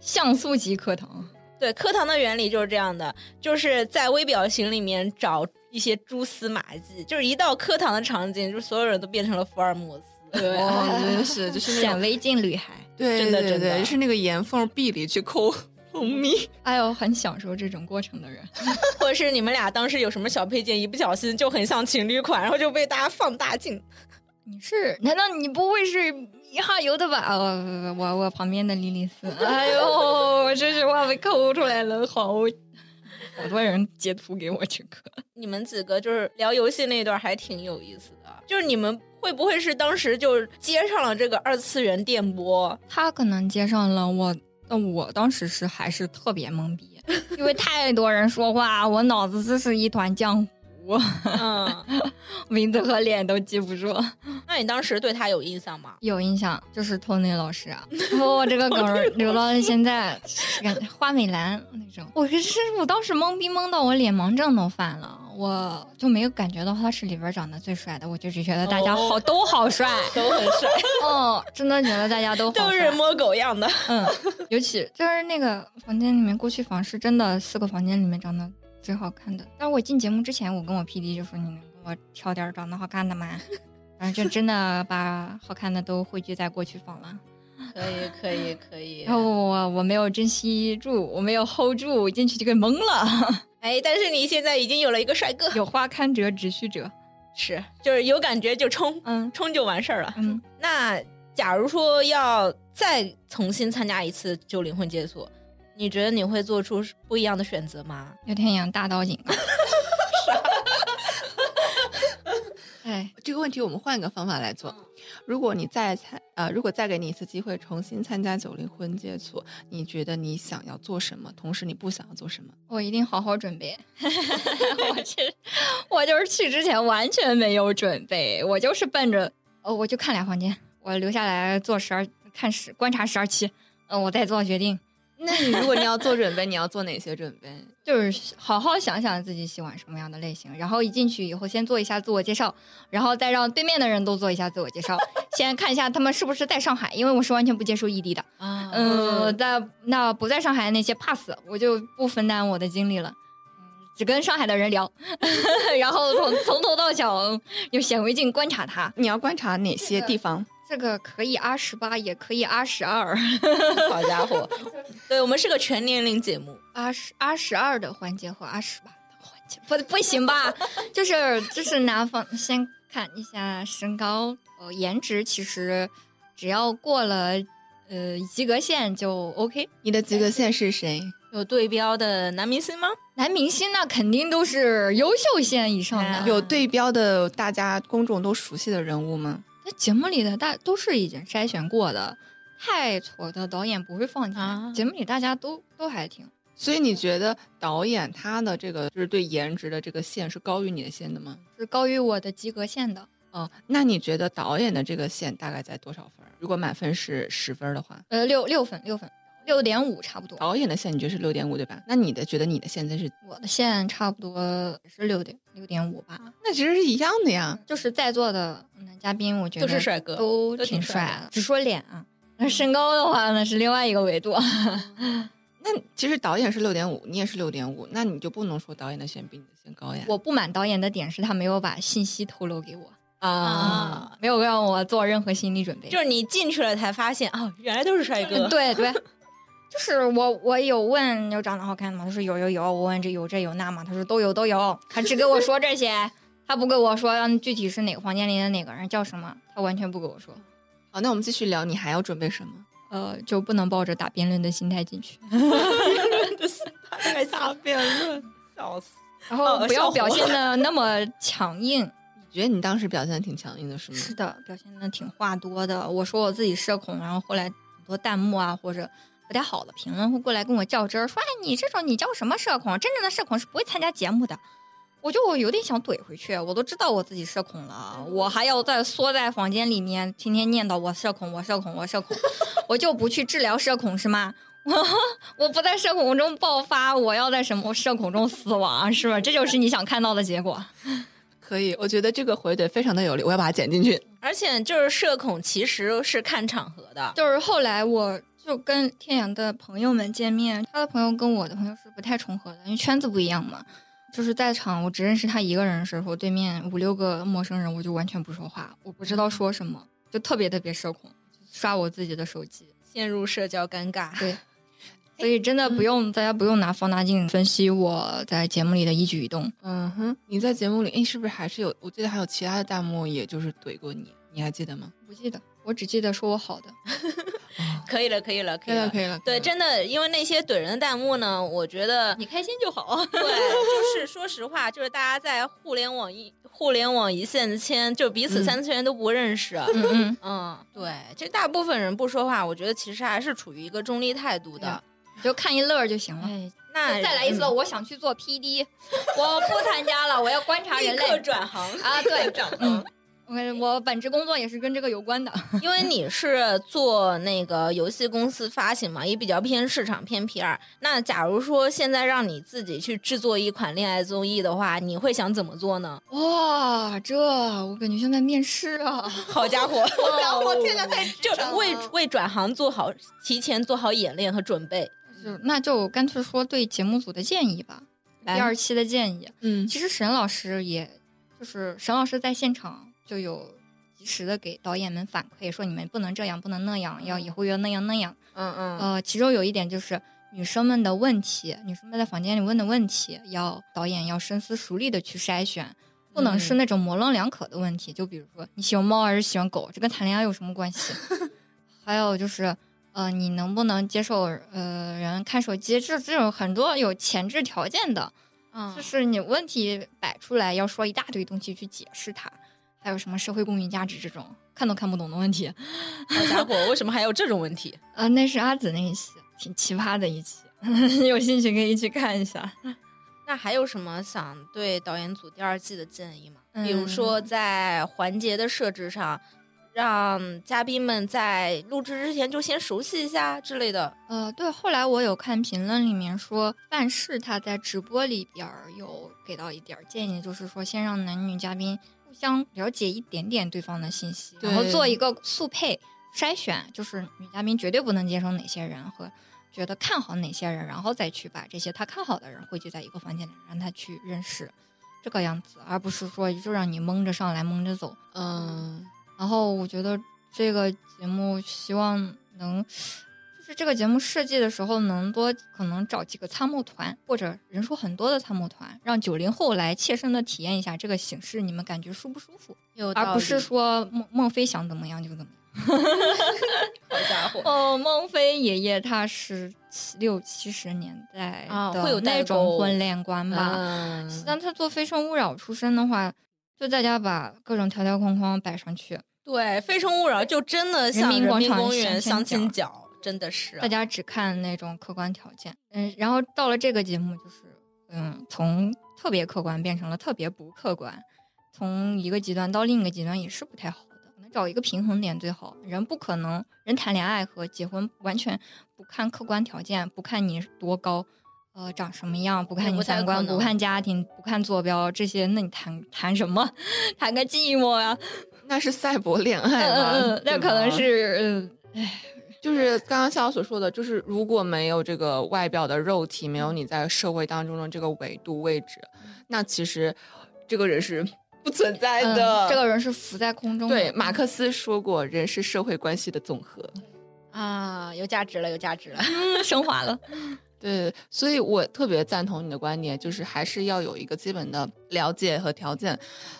S1: 像素级课堂，
S2: 对，课堂的原理就是这样的，就是在微表情里面找一些蛛丝马迹，就是一到课堂的场景，就所有人都变成了福尔摩斯。 [laughs]
S3: 对，哦真是就
S1: [laughs]
S3: 是那
S1: 显
S3: 种
S1: 微镜女孩，
S3: [laughs] 对
S2: 真的
S3: 对
S2: 真的
S3: 对，就是那个岩缝壁里去抠蜂蜜，
S1: 哎呦，很享受这种过程的人，
S2: 或者是你们俩当时有什么小配件，一不小心就很像情侣款，然后就被大家放大镜。
S1: 你是？难道你不会是一哈游的吧？哦、我我旁边的莉莉 [laughs] 丝，哎呦，我这句话被抠出来了，好好多人截图给我这个。
S2: 你们几个就是聊游戏那段还挺有意思的，就是你们会不会是当时就接上了这个二次元电波？ [laughs]
S1: 他可能接上了我，但我当时是还是特别懵逼，因为太多人说话，我脑子真是一团浆 [laughs] 糊，
S2: 嗯，
S1: 名字和脸都记不住。
S2: 那你当时对他有印象 [laughs] 吗？
S1: 有印象，就是 Tony 老师
S2: [laughs]
S1: 啊，然后我这个梗儿留到了现在，感觉花美男那种。我可是我当时懵逼懵到我脸盲症都犯了，我就没有感觉到他是里边长得最帅的，我就只觉得大家好、
S2: 哦
S1: 都好帅，
S2: 都很帅，
S1: [laughs] 哦，真的觉得大家都好
S2: 都
S1: 帅
S2: 是摸狗样的。
S1: 嗯，尤其就是那个房间里面，过去房是真的四个房间里面长得最好看的。但是我进节目之前，我跟我 PD 就说：“你能给我挑点儿长得好看的吗？” [laughs] 然后就真的把好看的都汇聚在过去房了。
S2: [laughs] 可以，可以，可以。
S1: 然后哦我我没有珍惜住，我没有 hold 住，我进去就给懵了。
S2: 哎，但是你现在已经有了一个帅哥，
S1: [laughs] 有花堪折直须折。
S2: 是就是有感觉就冲，
S1: 嗯
S2: 冲就完事儿了。
S1: 嗯，
S2: 那假如说要再重新参加一次九零婚介所，你觉得你会做出不一样的选择吗？
S1: 刘天阳大刀警 [laughs] 啊！哎，
S3: 这个问题我们换一个方法来做。如果你再参呃，如果再给你一次机会，重新参加九零婚介所，你觉得你想要做什么？同时你不想要做什么？
S1: 我一定好好准备。
S2: [laughs] 我这
S1: 我就是去之前完全没有准备，我就是奔着呃，我就看俩房间，我留下来做十二看十观察十二期，嗯、我再做决定。
S3: 那你如果你要做准备，你要做哪些准备？
S1: 就是好好想想自己喜欢什么样的类型，然后一进去以后先做一下自我介绍，然后再让对面的人都做一下自我介绍， [laughs] 先看一下他们是不是在上海，因为我是完全不接受异地的。
S2: [laughs] 啊
S1: 嗯，那那不在上海那些 pass 我就不分担我的精力了，嗯只跟上海的人聊， [laughs] 然后从从头到脚用显微镜观察他。
S3: [laughs] 你要观察哪些地方？
S1: 这个可以 R 十八，也可以 R 十二。
S3: 好家伙，
S2: 对我们是个全年龄节目，
S1: R 十 R 十二的环节和 R 十八的环节，不不行吧？就是就是男方先看一下身高，呃，颜值其实只要过了呃及格线就 OK。
S3: 你的及格线是谁？
S2: 有对标的男明星吗？
S1: 男明星那肯定都是优秀线以上的，
S2: 啊
S1: 有
S3: 有对标的大家公众都熟悉的人物吗？
S1: 那节目里的大都是已经筛选过的，太挫的导演不会放进来。
S2: 啊
S1: 节目里大家都都还挺
S3: 所以你觉得导演他的这个就是对颜值的这个线是高于你的线的吗？
S1: 是高于我的及格线的，
S3: 哦，那你觉得导演的这个线大概在多少分儿？如果满分是十分儿的话，
S1: 呃，六六分六分六点五差不多。
S3: 导演的线你觉得是六点五对吧？那你的觉得你的线在是？
S1: 我的线差不多是六点六点五
S2: 啊
S1: 吧，
S3: 那其实是一样的呀。
S1: 就是在座的男嘉宾，我觉得
S2: 都是帅哥
S1: 都
S2: 都挺
S1: 挺
S2: 帅
S1: 帅的，只说脸啊。那身高的话呢是另外一个维度， [laughs]
S3: 那其实导演是六点五，你也是六点五，那你就不能说导演的线比你的线高呀。
S1: 我不满导演的点是他没有把信息透露给我，嗯
S3: 啊，
S1: 没有让我做任何心理准备。
S2: 就是你进去了才发现，哦，原来都是帅哥。
S1: 嗯对对，就是我我有问有长得好看的吗？他说有有有，我问这有这有那吗？他说都有都有，他只给我说这些，他不跟我说嗯具体是哪个房间里的哪个人叫什么，他完全不跟我说。
S3: 好，那我们继续聊，你还要准备什么？
S1: 呃，就不能抱着打辩论的心态进去，
S2: [laughs] 太大
S3: 辩论，笑死！
S1: 然后
S2: 哦
S1: 不
S2: 笑
S1: 要
S2: 话
S1: 表现的那么强硬。
S3: 你觉得你当时表现的挺强硬的是吗？
S1: 是
S3: [laughs]
S1: 的，表现的挺话多的。我说我自己社恐，然后后来很多弹幕啊或者不太好的评论会过来跟我较真儿，说哎你这种你叫什么社恐？啊真正的社恐是不会参加节目的。我就有点想怼回去，我都知道我自己社恐了，我还要再缩在房间里面，天天念叨我社恐，我社恐，我社恐， [laughs] 我就不去治疗社恐是吗？我不在社恐中爆发，我要在什么社恐中死亡，啊是吧？这就是你想看到的结果。
S3: 可以，我觉得这个回怼非常的有力，我要把它剪进去。
S2: 而且就是社恐其实是看场合的，
S1: 就是后来我就跟天阳的朋友们见面，他的朋友跟我的朋友是不太重合的，因为圈子不一样嘛。就是在场我只认识他一个人的时候，对面五六个陌生人，我就完全不说话，我不知道说什么，就特别特别社恐，刷我自己的手机。
S2: 陷入社交尴尬。
S1: [laughs] 对，所以真的不用、大家不用拿放大镜分析我在节目里的一举一动。
S3: 嗯哼，你在节目里，哎，是不是还是有？我记得还有其他的弹幕，也就是怼过你，你还记得吗？
S1: 不记得，我只记得说我好的。
S2: 可以了，可以了，可
S3: 可以
S2: 以
S3: 了，
S2: 了。
S3: 可以了。
S2: 对，真的，因为那些怼人的弹幕呢，我觉得
S1: 你开心就好。
S2: 对，就是说实话，就是大家在互联网一 [laughs] 互联网一线牵，就彼此
S3: 嗯
S2: 三次元都不认识。
S1: 嗯嗯，
S2: 嗯，对，这大部分人不说话，我觉得其实还是处于一个中立态度的。
S1: 就看一乐儿就行了。
S2: 哎，那
S1: 再来一次，
S2: 嗯
S1: 我想去做 PD，我不参加了，我要观察人
S2: [laughs] 立刻
S1: 类
S2: 转行
S1: 啊，对，
S2: 嗯
S1: 嗯，我我本职工作也是跟这个有关的，
S2: 因为你是做那个游戏公司发行嘛，也比较偏市场偏 PR。那假如说现在让你自己去制作一款恋爱综艺的话，你会想怎么做呢？
S1: 哇，这我感觉像在面试啊，
S2: 好家伙，
S3: [laughs]
S1: 我天
S2: 哦
S3: 哪，太
S2: 就为为转行做好提前做好演练和准备。
S1: 就那就干脆说对节目组的建议吧，第
S2: 来
S1: 二期的建议，
S3: 嗯，
S1: 其实沈老师也就是沈老师在现场就有及时的给导演们反馈说你们不能这样，不能那样，要以后要那样那样。
S3: 嗯嗯，
S1: 呃，其中有一点就是女生们的问题，女生们在房间里问的问题，要导演要深思熟虑的去筛选，不能是
S2: 嗯
S1: 那种模棱两可的问题。就比如说你喜欢猫还是喜欢狗，这跟谈恋爱有什么关
S2: [laughs]
S1: 系？还有就是，呃，你能不能接受呃人看手机？这这种很多有前置条件的，
S2: 嗯
S1: 就是你问题摆出来要说一大堆东西去解释它，还有什么社会公允价值这种看都看不懂的问题。
S2: 好家伙，为什么还有这种问题？
S1: 啊， [laughs] 那是阿紫那一期，挺奇葩的一期，有兴趣可以去看一下。
S2: 那还有什么想对导演组第二季的建议吗？比如说在环节的设置上，让嘉宾们在录制之前就先熟悉一下之类的。
S1: 呃，对，后来我有看评论里面说，范式他在直播里边儿有给到一点儿建议，就是说先让男女嘉宾互相了解一点点对方的信息，然后
S3: 对
S1: 做一个速配筛选，就是女嘉宾绝对不能接受哪些人和觉得看好哪些人，然后再去把这些他看好的人汇聚在一个房间里，让他去认识这个样子，而不是说就让你蒙着上来蒙着走。
S3: [laughs] 嗯，
S1: 然后我觉得这个节目希望能，就是这个节目设计的时候能多可能找几个参谋团或者人数很多的参谋团，让九零后来切身的体验一下这个形式，你们感觉舒不舒服，
S2: 有
S1: 而不是说孟孟非想怎么样就怎么样。
S2: 好家伙，
S1: 哦，孟非爷爷他是七六七十年代
S2: 啊
S1: 的
S2: 会有代
S1: 那种
S2: 沟
S1: 婚恋观吧，
S3: 嗯
S1: 但他做《非诚勿扰》出身的话，就大家把各种条条框框摆上去，
S2: 对《非诚勿扰》就真的像
S1: 人民
S2: 人
S1: 广
S2: 民
S1: 场
S2: 公园相
S1: 相亲
S2: 亲角，真的是
S1: 大家只看那种客观条件。嗯，然后到了这个节目，就是嗯，从特别客观变成了特别不客观，从一个极端到另一个极端也是不太好的，可能找一个平衡点最好。人不可能，人谈恋爱和结婚完全不看客观条件，不看你多高。呃，长什么样不看
S2: 对
S1: 你
S2: 不太
S1: 三观，
S2: 可能
S1: 不看家庭，不看坐标这些，那你谈谈什么？ [laughs] 谈个寂寞呀、
S3: 那是赛博恋爱
S1: 嗯
S3: 吗？
S1: 嗯嗯，那
S3: 对
S1: 可能
S3: 吧
S1: 是嗯
S3: 就是刚刚笑所说的，就是如果没有这个外表的肉体，没有
S1: 嗯
S3: 你在社会当中的这个维度位置，那其实这个人是不存在
S1: 嗯
S3: 的。
S1: 这个人是浮在空中的。
S3: 对马克思说过，人是社会关系的总和。
S2: 啊，有价值了，有价值了。
S1: [laughs] 升华了。
S3: 对，所以我特别赞同你的观点，就是还是要有一个基本的了解和条件，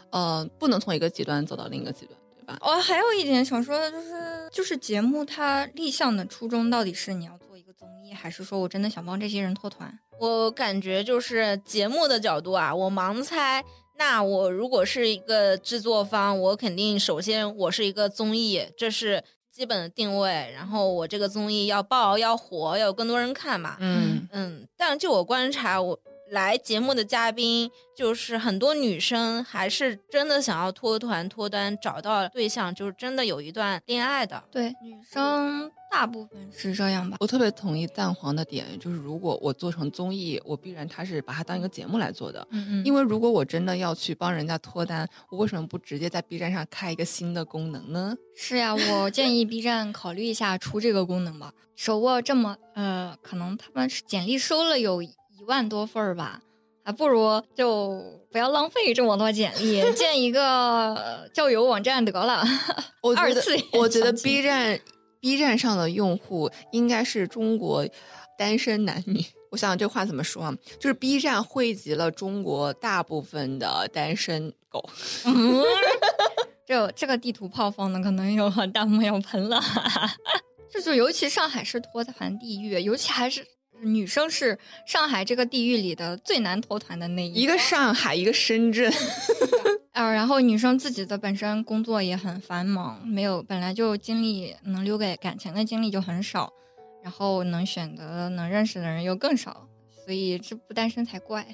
S3: 呃，不能从一个极端走到另一个极端，对吧？
S1: 哦，还有一点想说的就是，就是节目它立项的初衷到底是你要做一个综艺，还是说我真的想帮这些人脱团？
S2: [laughs] 我感觉就是节目的角度啊，我盲猜。那我如果是一个制作方，我肯定首先我是一个综艺，这是基本的定位。然后我这个综艺要爆、要火、要有更多人看嘛。
S1: 嗯
S2: 嗯，但就我观察，我来节目的嘉宾，就是很多女生还是真的想要脱团脱单，找到对象，就是真的有一段恋爱的。嗯
S1: 对，女生大部分是这样吧。
S3: 我特别同意蛋黄的点，就是如果我做成综艺，我必然它是把它当一个节目来做的。
S1: 嗯嗯，
S3: 因
S1: 为
S3: 为如果我真的要去帮人家脱单，我为什么不直接在 B 站上开一个新的功能呢？
S1: 是呀、我建议 B 站考虑一下出这个功能吧。手握这么呃，可能他们是简历收了有一万多份儿吧，还不如就不要浪费这么多简历，建一个呃交友网站得了。
S3: 我觉
S1: 二
S3: 得
S1: 次元，
S3: 我觉得
S1: 相亲
S3: B 站 B 站上的用户应该是中国单身男女。我想想这话怎么说啊？就是 B 站汇集了中国大部分的单身狗。
S1: 嗯，这这个地图炮放的可能有弹幕要喷了， [laughs] 这就尤其上海是脱团地狱，尤其还是女生是上海这个地域里的最难脱团的那
S3: 一
S1: 个。
S3: 个上海，一个深圳，
S1: 呃，然后女生自己的本身工作也很繁忙，没有本来就精力能留给感情的精力就很少，然后能选择能认识的人又更少，所以这不单身才怪。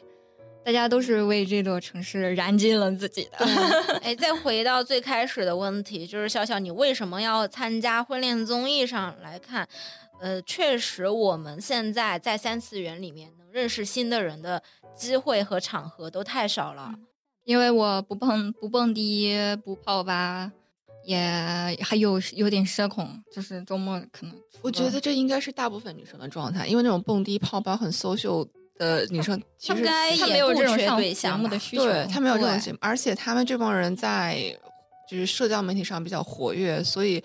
S1: 大家都是为这座城市燃尽了自己的。
S2: [laughs] 哎，再回到最开始的问题，就是笑笑，你为什么要参加婚恋综艺上来看？呃，确实，我们现在在三次元里面能认识新的人的机会和场合都太少了。
S1: 因为我不蹦不蹦迪不泡吧，也还有有点社恐，就是周末可能除
S3: 我觉
S1: 了
S3: 得这应该是大部分女生的状态，因为那种蹦迪、泡吧很 social 的女生，其实
S2: 应该
S1: 他
S2: 也
S1: 没有
S2: 不
S1: 这种
S2: 缺
S1: 上
S2: 对
S1: 节
S2: 象
S1: 目的
S2: 吧
S1: 需求，
S3: 对他没有这种
S1: 对
S3: 节目，而且他们这帮人在就是社交媒体上比较活跃，所以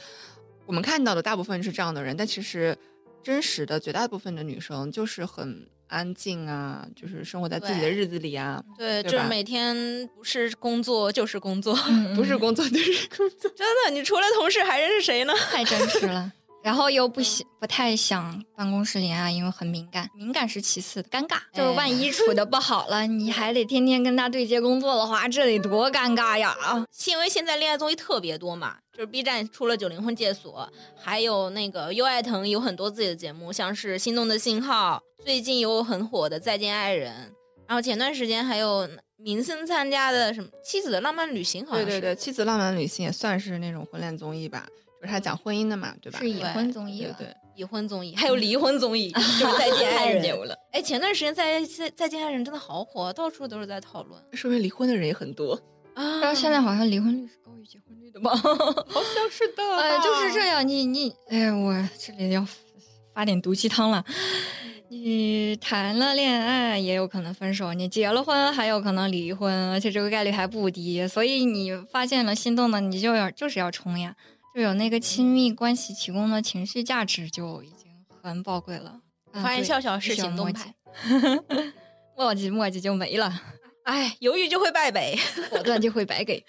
S3: 我们看到的大部分是这样的人，但其实真实的绝大部分的女生就是很安静啊，就是生活在自己的
S2: 对
S3: 日子里啊，
S2: 对，
S3: 对
S2: 就是
S3: 吧
S2: 每天不是工作就是工作，
S1: 嗯
S3: 不是
S1: 嗯
S3: 工作 [laughs] 就是工
S1: [laughs]
S3: 作。
S2: 真的，你除了同事还认识谁呢？ [laughs]
S1: 太真实了。 [laughs] 然后又不喜不太想办公室恋爱，因为很敏感，敏感是其次，尴尬就是万一处的不好了，你还得天天跟他对接工作的话，这得多尴尬呀！啊，
S2: 因为现在恋爱综艺特别多嘛，就是 B 站出了《九零后界所》，还有那个优爱腾有很多自己的节目，像是《心动的信号》，最近有很火的《再见爱人》，然后前段时间还有明星参加的什么《妻子的浪漫旅行》，好像
S3: 对
S2: 是
S3: 对对，《妻子浪漫旅行》也算是那种婚恋综艺吧，就是他讲婚姻的嘛，对吧？
S1: 是已
S2: 对
S1: 婚综艺啊
S3: 对
S1: 了。
S3: 对，
S2: 已婚综艺，还有离婚
S1: [laughs]
S2: 综艺，就是再见爱
S1: 太
S2: 人
S1: 牛。了！
S2: 哎，前段时间再再再见爱人真的好火，到处都是在讨论
S3: 说明离婚的人也很多，
S2: 啊。
S1: 但是现在好像离婚率是高于结婚率的 [laughs] 吧？
S3: 好像是的
S1: [laughs] 呃，就是这样，你你，哎，我这里要发点毒鸡汤了。你谈了恋爱也有可能分手，你结了婚还有可能离婚，而且这个概率还不低。所以你发现了心动的，你就要就是要冲呀，就有那个亲密关系提供的情绪价值就已经很宝贵了。嗯
S2: 我发现笑笑是行动派
S1: 派，墨迹墨迹就没了，
S2: 哎，犹豫就会败北。
S1: 果断就会白 [laughs] 给。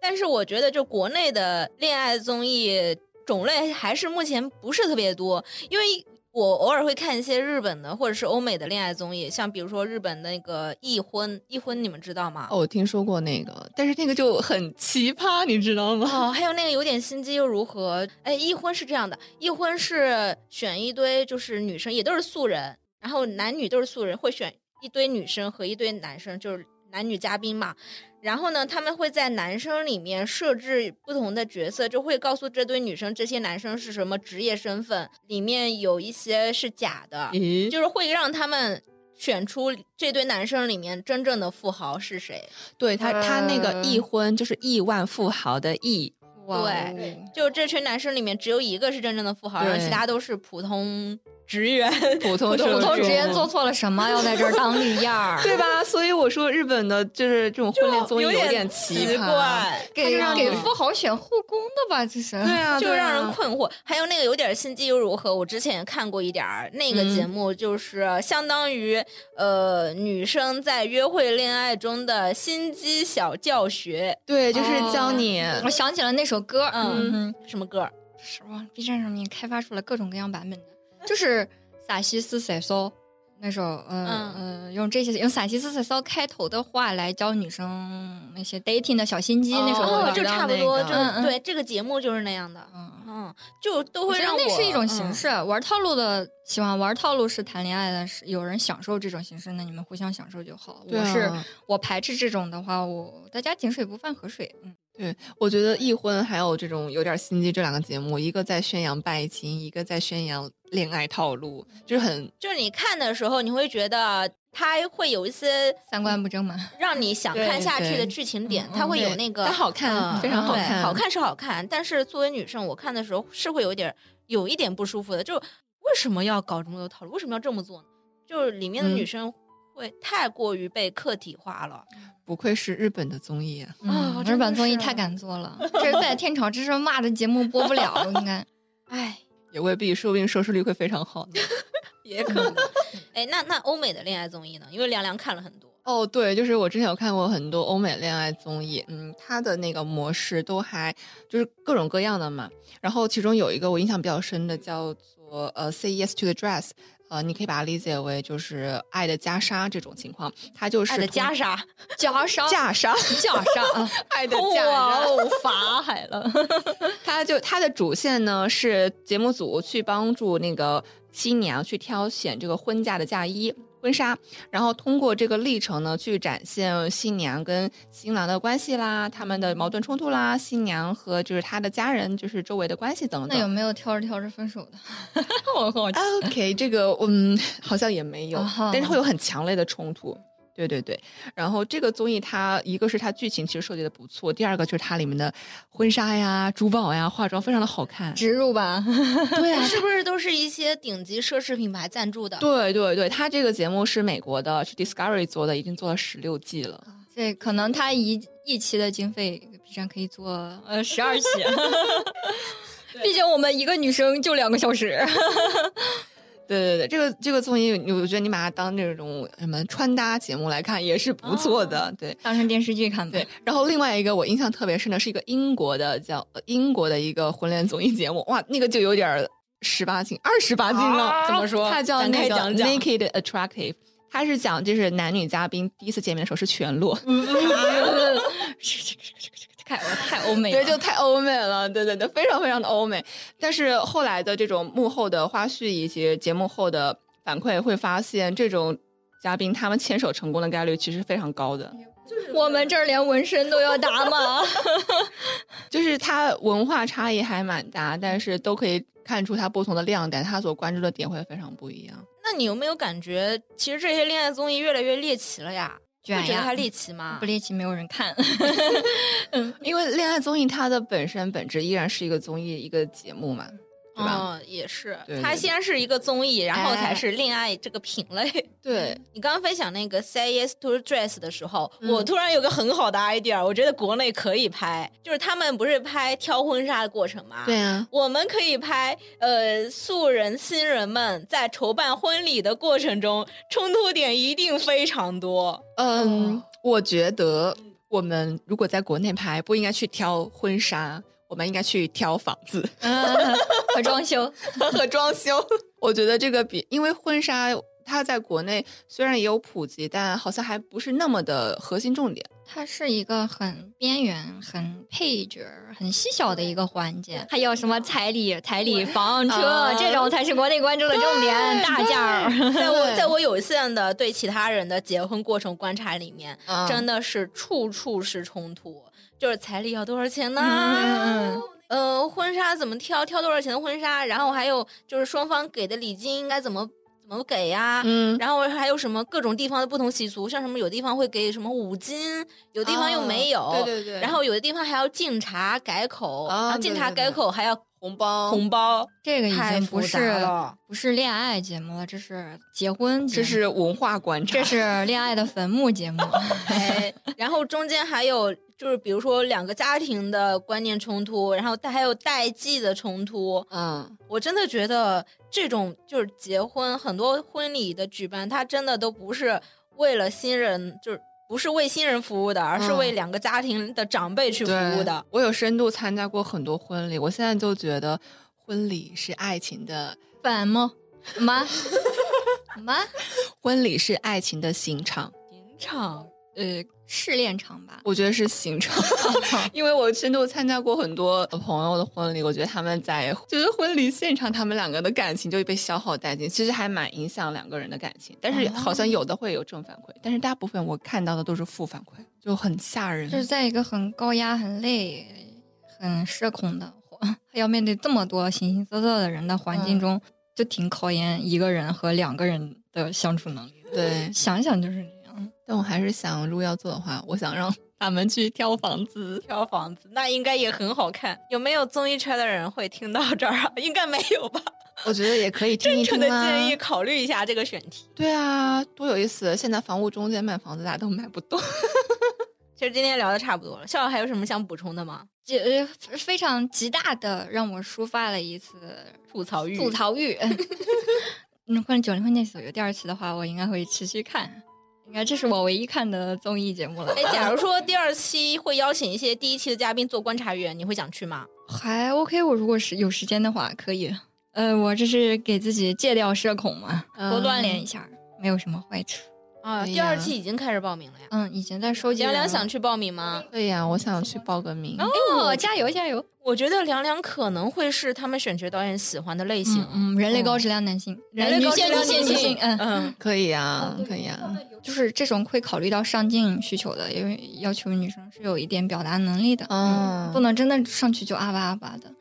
S2: 但是我觉得，就国内的恋爱综艺种类还是目前不是特别多，因为我偶尔会看一些日本的或者是欧美的恋爱综艺，像比如说日本那个《一婚》，《一婚》你们知道吗？
S3: 哦，我听说过那个，但是那个就很奇葩，你知 [laughs] 道
S2: [laughs]
S3: 吗？
S2: 哦，还有那个有点心机又如何？哎，一婚是这样的，一婚是选一堆就是女生，也都是素人，然后男女都是素人，会选一堆女生和一堆男生，就是男女嘉宾嘛。然后呢，他们会在男生里面设置不同的角色，就会告诉这堆女生这些男生是什么职业身份，里面有一些是假的，
S3: 咦，
S2: 就是会让他们选出这堆男生里面真正的富豪是谁。
S3: 对他，他
S2: 呃
S3: 那个
S1: 嗯
S3: 亿婚就是亿万富豪的
S2: [laughs]
S3: 亿，
S1: 哇哦
S2: 对就这群男生里面只有一个是真正的富豪，然后
S3: 对
S2: 其他都是普通职员。
S3: 普通
S1: 普通
S3: 受
S1: 职员
S2: [laughs]
S3: 众
S1: 做错了什么，要在这儿当绿叶
S3: 对吧？所以我说日本的就是这种婚恋综艺
S2: [laughs] 有
S3: 点奇
S2: 奇。怪，
S1: 给
S3: 让
S1: 给
S3: 你
S1: 富豪选后宫的吧，这是。
S3: 对啊，
S2: 就
S3: 对
S2: 让人
S3: 啊
S2: 困惑。还有那个有点心机又如何？我之前也看过一点儿那个
S3: 嗯
S2: 节目，就是相当于、呃女生在约会恋爱中的心机小教学。
S3: 对，就是教
S1: 哦
S3: 你。
S1: [laughs] 我想起了那首歌，
S2: 嗯
S1: 嗯，
S2: 什么歌？
S1: 是哇，B 站上面开发出了各种各样版本的，就是《撒西斯塞骚》那首，嗯
S2: 嗯
S1: 嗯、呃用这些用《撒西斯塞骚》开头的话来教女生那些 dating 的小心机，那首
S3: 哦
S1: 歌
S2: 就
S3: 知道
S2: 差不
S3: 那
S2: 多，
S3: 个
S2: 就、
S1: 嗯嗯
S2: 对这个节目就是那样的。
S1: 嗯，
S2: 嗯，就都
S1: 我
S2: 会
S1: 觉得
S2: 让我
S1: 那是一种
S2: 嗯
S1: 形式，玩套路的喜欢玩套路是谈恋爱的，是有人享受这种形式，那你们互相享受就好。
S3: 对
S1: 我是
S3: 啊
S1: 我排斥这种的话，我大家井水不犯河水，嗯。
S3: 对，我觉得《易婚》还有这种有点心机这两个节目，一个在宣扬拜金，一个在宣扬恋爱套路，就是很
S2: 就是你看的时候，你会觉得它会有一些
S1: 三观不正嘛。
S2: 让你想
S3: 对
S2: 看下去的
S3: 对
S2: 剧情点
S1: 嗯，
S2: 它
S1: 嗯
S2: 会有
S3: 对
S2: 那个
S3: 但好看
S2: 嗯
S3: 非常好
S2: 对
S3: 看
S2: 好看是好看，但是作为女生，我看的时候是会有点儿有一点不舒服的，就为什么要搞这么多讨论，为什么要这么做呢？就是里面的女
S3: 嗯
S2: 生会太过于被客体化了，
S3: 不愧是日本的综艺
S1: 嗯
S3: 啊！
S2: 啊真
S1: 日本
S2: 的
S1: 综艺
S2: 是
S1: 太敢做了，这是在天朝之上骂的节目播不了，应该。
S2: 哎，
S3: 也未必，说不定收视率会非常好呢。
S2: [laughs] 也可能。哎，那那欧美的恋爱综艺呢？因为凉凉看了很多，
S3: [laughs] 哦，对，就是我之前有看过很多欧美恋爱综艺，嗯，它的那个模式都还就是各种各样的嘛。然后其中有一个我印象比较深的叫做呃 “Say Yes to the Dress”，呃，你可以把它理解为就是“爱的袈裟”这种情况，它就是
S2: 爱的
S3: 通
S2: 袈裟，
S1: 袈裟，
S3: 袈裟，
S1: 袈裟啊！
S3: [laughs] 爱的
S1: 哇
S3: 袈裟。
S1: 哦，法海
S3: [laughs]
S1: 了，
S3: 它就它的主线呢是节目组去帮助那个新娘去挑选这个婚嫁的嫁衣。婚纱，然后通过这个历程呢，去展现新娘跟新郎的关系啦，他们的矛盾冲突啦，新娘和就是她的家人，就是周围的关系等
S1: 那有
S3: 等。
S1: 没有挑着挑着分手的？我好奇。 [laughs]
S3: OK，这个嗯，好像也没有
S1: 啊哈，
S3: 但是会有很强烈的冲突。对对对，然后这个综艺它一个是它剧情其实设计的不错，第二个就是它里面的婚纱呀、珠宝呀、化妆非常的好看。
S1: 植入 [laughs] 吧，
S3: 对啊，
S2: 是不是都是一些顶级奢侈品牌赞助的？
S3: 对对对，他这个节目是美国的，是 Discovery 做的，已经做了十六季了。
S1: 这可能他一一期的经费，B 站可以做呃十二期。 [laughs] 毕竟我们一个女生就两个小时，
S3: 对对对，这个这个综艺，我觉得你把它当那种什么穿搭节目来看也是不错
S1: 啊
S3: 的。对
S1: [laughs] 当成电视剧看吧。
S3: 对，然后另外一个我印象特别深的是一个英国的叫呃英国的一个婚恋综艺节目，哇，那个就有点十八禁、二十八禁了。
S2: 啊怎么说
S3: 它叫
S2: 展开
S3: 那个
S2: 讲讲
S3: Naked Attractive。它是讲就是男女嘉宾第一次见面的时候是全裸，
S1: 太太欧美了，
S3: 对，就太欧美了，对对对，非常非常的欧美。但是后来的这种幕后的花絮以及节目后的反馈，会发现这种嘉宾，他们牵手成功的概率其实非常高的。
S1: 我们这儿连纹身都要打码，
S3: 就是它文化差异还蛮大，但是都可以看出它不同的亮点，它所关注的点会非常不一样。
S2: [laughs] 那你有没有感觉，其实这些恋爱综艺越来越猎奇了呀？
S1: 卷
S2: 不觉得
S1: 呀
S2: 它猎奇
S1: 啊
S2: 吗？
S1: 不猎奇没有人看。
S3: 因为恋爱综艺它的本身本质依然是一个综艺一个节目嘛，对吧？
S2: 嗯，也是
S3: 对，对
S2: 它
S3: 对
S2: 先是一个综艺，然后
S3: 哎
S2: 才是恋爱这个品类。 [laughs]
S1: [laughs]
S3: 对，
S2: 你刚刚分享那个 Say Yes to Dress 的时候，
S3: 嗯
S2: 我突然有个很好的 idea，我觉得国内可以拍，就是他们不是拍挑婚纱的过程吗？
S3: 对。啊，
S2: 我们可以拍，呃，素人新人们在筹办婚礼的过程中，冲突点一定非常多。
S3: 嗯，
S1: 哦
S3: 我觉得我们如果在国内拍，不应该去挑婚纱，我们应该去挑房子 [laughs]
S1: 嗯 [laughs] 和装修，
S3: 和装修。我觉得这个比，因为婚纱它在国内虽然也有普及，但好像还不是那么的核心重点。
S1: 它是一个很边缘、很配角、很细小的一个环节。哦还有什么彩礼、彩礼房车
S3: 啊
S1: 这种才是国内关注的重点，大件儿。
S2: 在我
S3: 对
S2: 在我有限的对其他人的结婚过程观察里面，
S3: 嗯
S2: 真的是处处是冲突，就是彩礼要多少钱呢？
S1: [laughs] 嗯嗯
S2: [laughs] 呃，婚纱怎么挑？挑多少钱的婚纱？然后还有就是双方给的礼金应该怎么怎么给呀、
S3: 嗯，
S2: 然后还有什么各种地方的不同习俗，像什么有地方会给什么五金，有地方又没有，
S3: 哦啊对对对，
S2: 然后有的地方还要敬茶改口，
S3: 啊
S2: 然后敬
S3: 对
S2: 茶
S3: 对
S2: 改
S3: 对
S2: 口还要
S3: 红包
S2: 红包，
S1: 这个已
S2: 太
S1: 经
S2: 复
S1: 不
S2: 杂
S1: 是
S2: 了。
S1: 不是恋爱节目了，这是结婚节
S3: 这
S1: 目，
S3: 是文化观察，
S1: 这是恋爱的坟墓节
S2: [laughs]
S1: 目。
S3: [laughs]
S2: 哎，然后中间还有就是比如说两个家庭的观念冲突，然后还有代际的冲突。
S3: 嗯，
S2: 我真的觉得这种就是结婚很多婚礼的举办，它真的都不是为了新人，就是不是为新人服务的，而是
S3: 嗯
S2: 为两个家庭的长辈去服
S3: 对
S2: 务的。。
S3: 我有深度参加过很多婚礼，我现在就觉得婚礼是爱情的，
S1: 饭吗？
S2: [laughs]
S1: 妈妈，
S3: 婚礼是爱情的刑场。
S2: 临 [laughs] 场
S1: 呃，试炼场吧。
S3: 我觉得是行 [laughs] 程，因为我深度参加过很多朋友的婚礼，我觉得他们在就是婚礼现场，他们两个的感情就被消耗殆尽，其实还蛮影响两个人的感情。但是
S1: 哦
S3: 好像有的会有正反馈，但是大部分我看到的都是负反馈，就很吓人。
S1: 就是在一个很高压、很累、很社恐的，还 [laughs] 要面对这么多形形色色的人的环
S2: 嗯
S1: 境中，就挺考验一个人和两个人的相处能力的。
S3: 对，
S1: 想想就是这样，
S3: 但我还是想，如果要做的话，我想让 [laughs] 他们去挑房子。
S2: 挑房子，那应该也很好看。有没有综艺圈的人会听到这儿啊？应该没有吧？
S3: 我觉得也可以听
S2: 真
S3: 一
S2: 诚
S3: 听
S2: 的
S3: 啊
S2: 建议考虑一下这个选题。
S3: 对啊，多有意思！现在房屋中介卖房子，大家都买不 [laughs] 动。
S2: 其实今天聊的差不多了，笑笑还有什么想补充的吗？
S1: 这呃非常极大的让我抒发了一次
S2: 吐槽欲，
S1: 吐槽
S2: [laughs]
S1: 欲。嗯，换九零后那所有第二期的话，我应该会持续看，应该这是我唯一看的综艺节目了。
S2: 哎，假如说第二期会邀请一些第一期的嘉宾做观察员，你会想去吗？
S1: 还 OK，我如果是有时间的话，可以。呃，我这是给自己戒掉社恐嘛，多
S3: 嗯
S1: 锻炼一下儿，没有什么坏处。
S2: 啊，
S3: 可以
S2: 第二
S3: 啊
S2: 期已经开始报名了呀。
S1: 嗯，以前在收集
S2: 凉
S1: 人
S2: 凉
S1: 了
S2: 想去报名吗？
S3: 对呀、我想去报个名。
S1: 哦，加油加油！
S2: 我觉得凉凉可能会是他们选角导演喜欢的类型
S1: 嗯。嗯，人类高质量男性，
S2: 人类
S1: 女
S2: 高质
S1: 性
S2: 量
S1: 女性嗯女性，嗯，
S2: 嗯，
S3: 可以啊，可以啊。
S1: 就是这种会考虑到上镜需求的，因为要求女生是有一点表达能力的，
S3: 嗯
S1: 不能真的上去就啊吧啊吧的。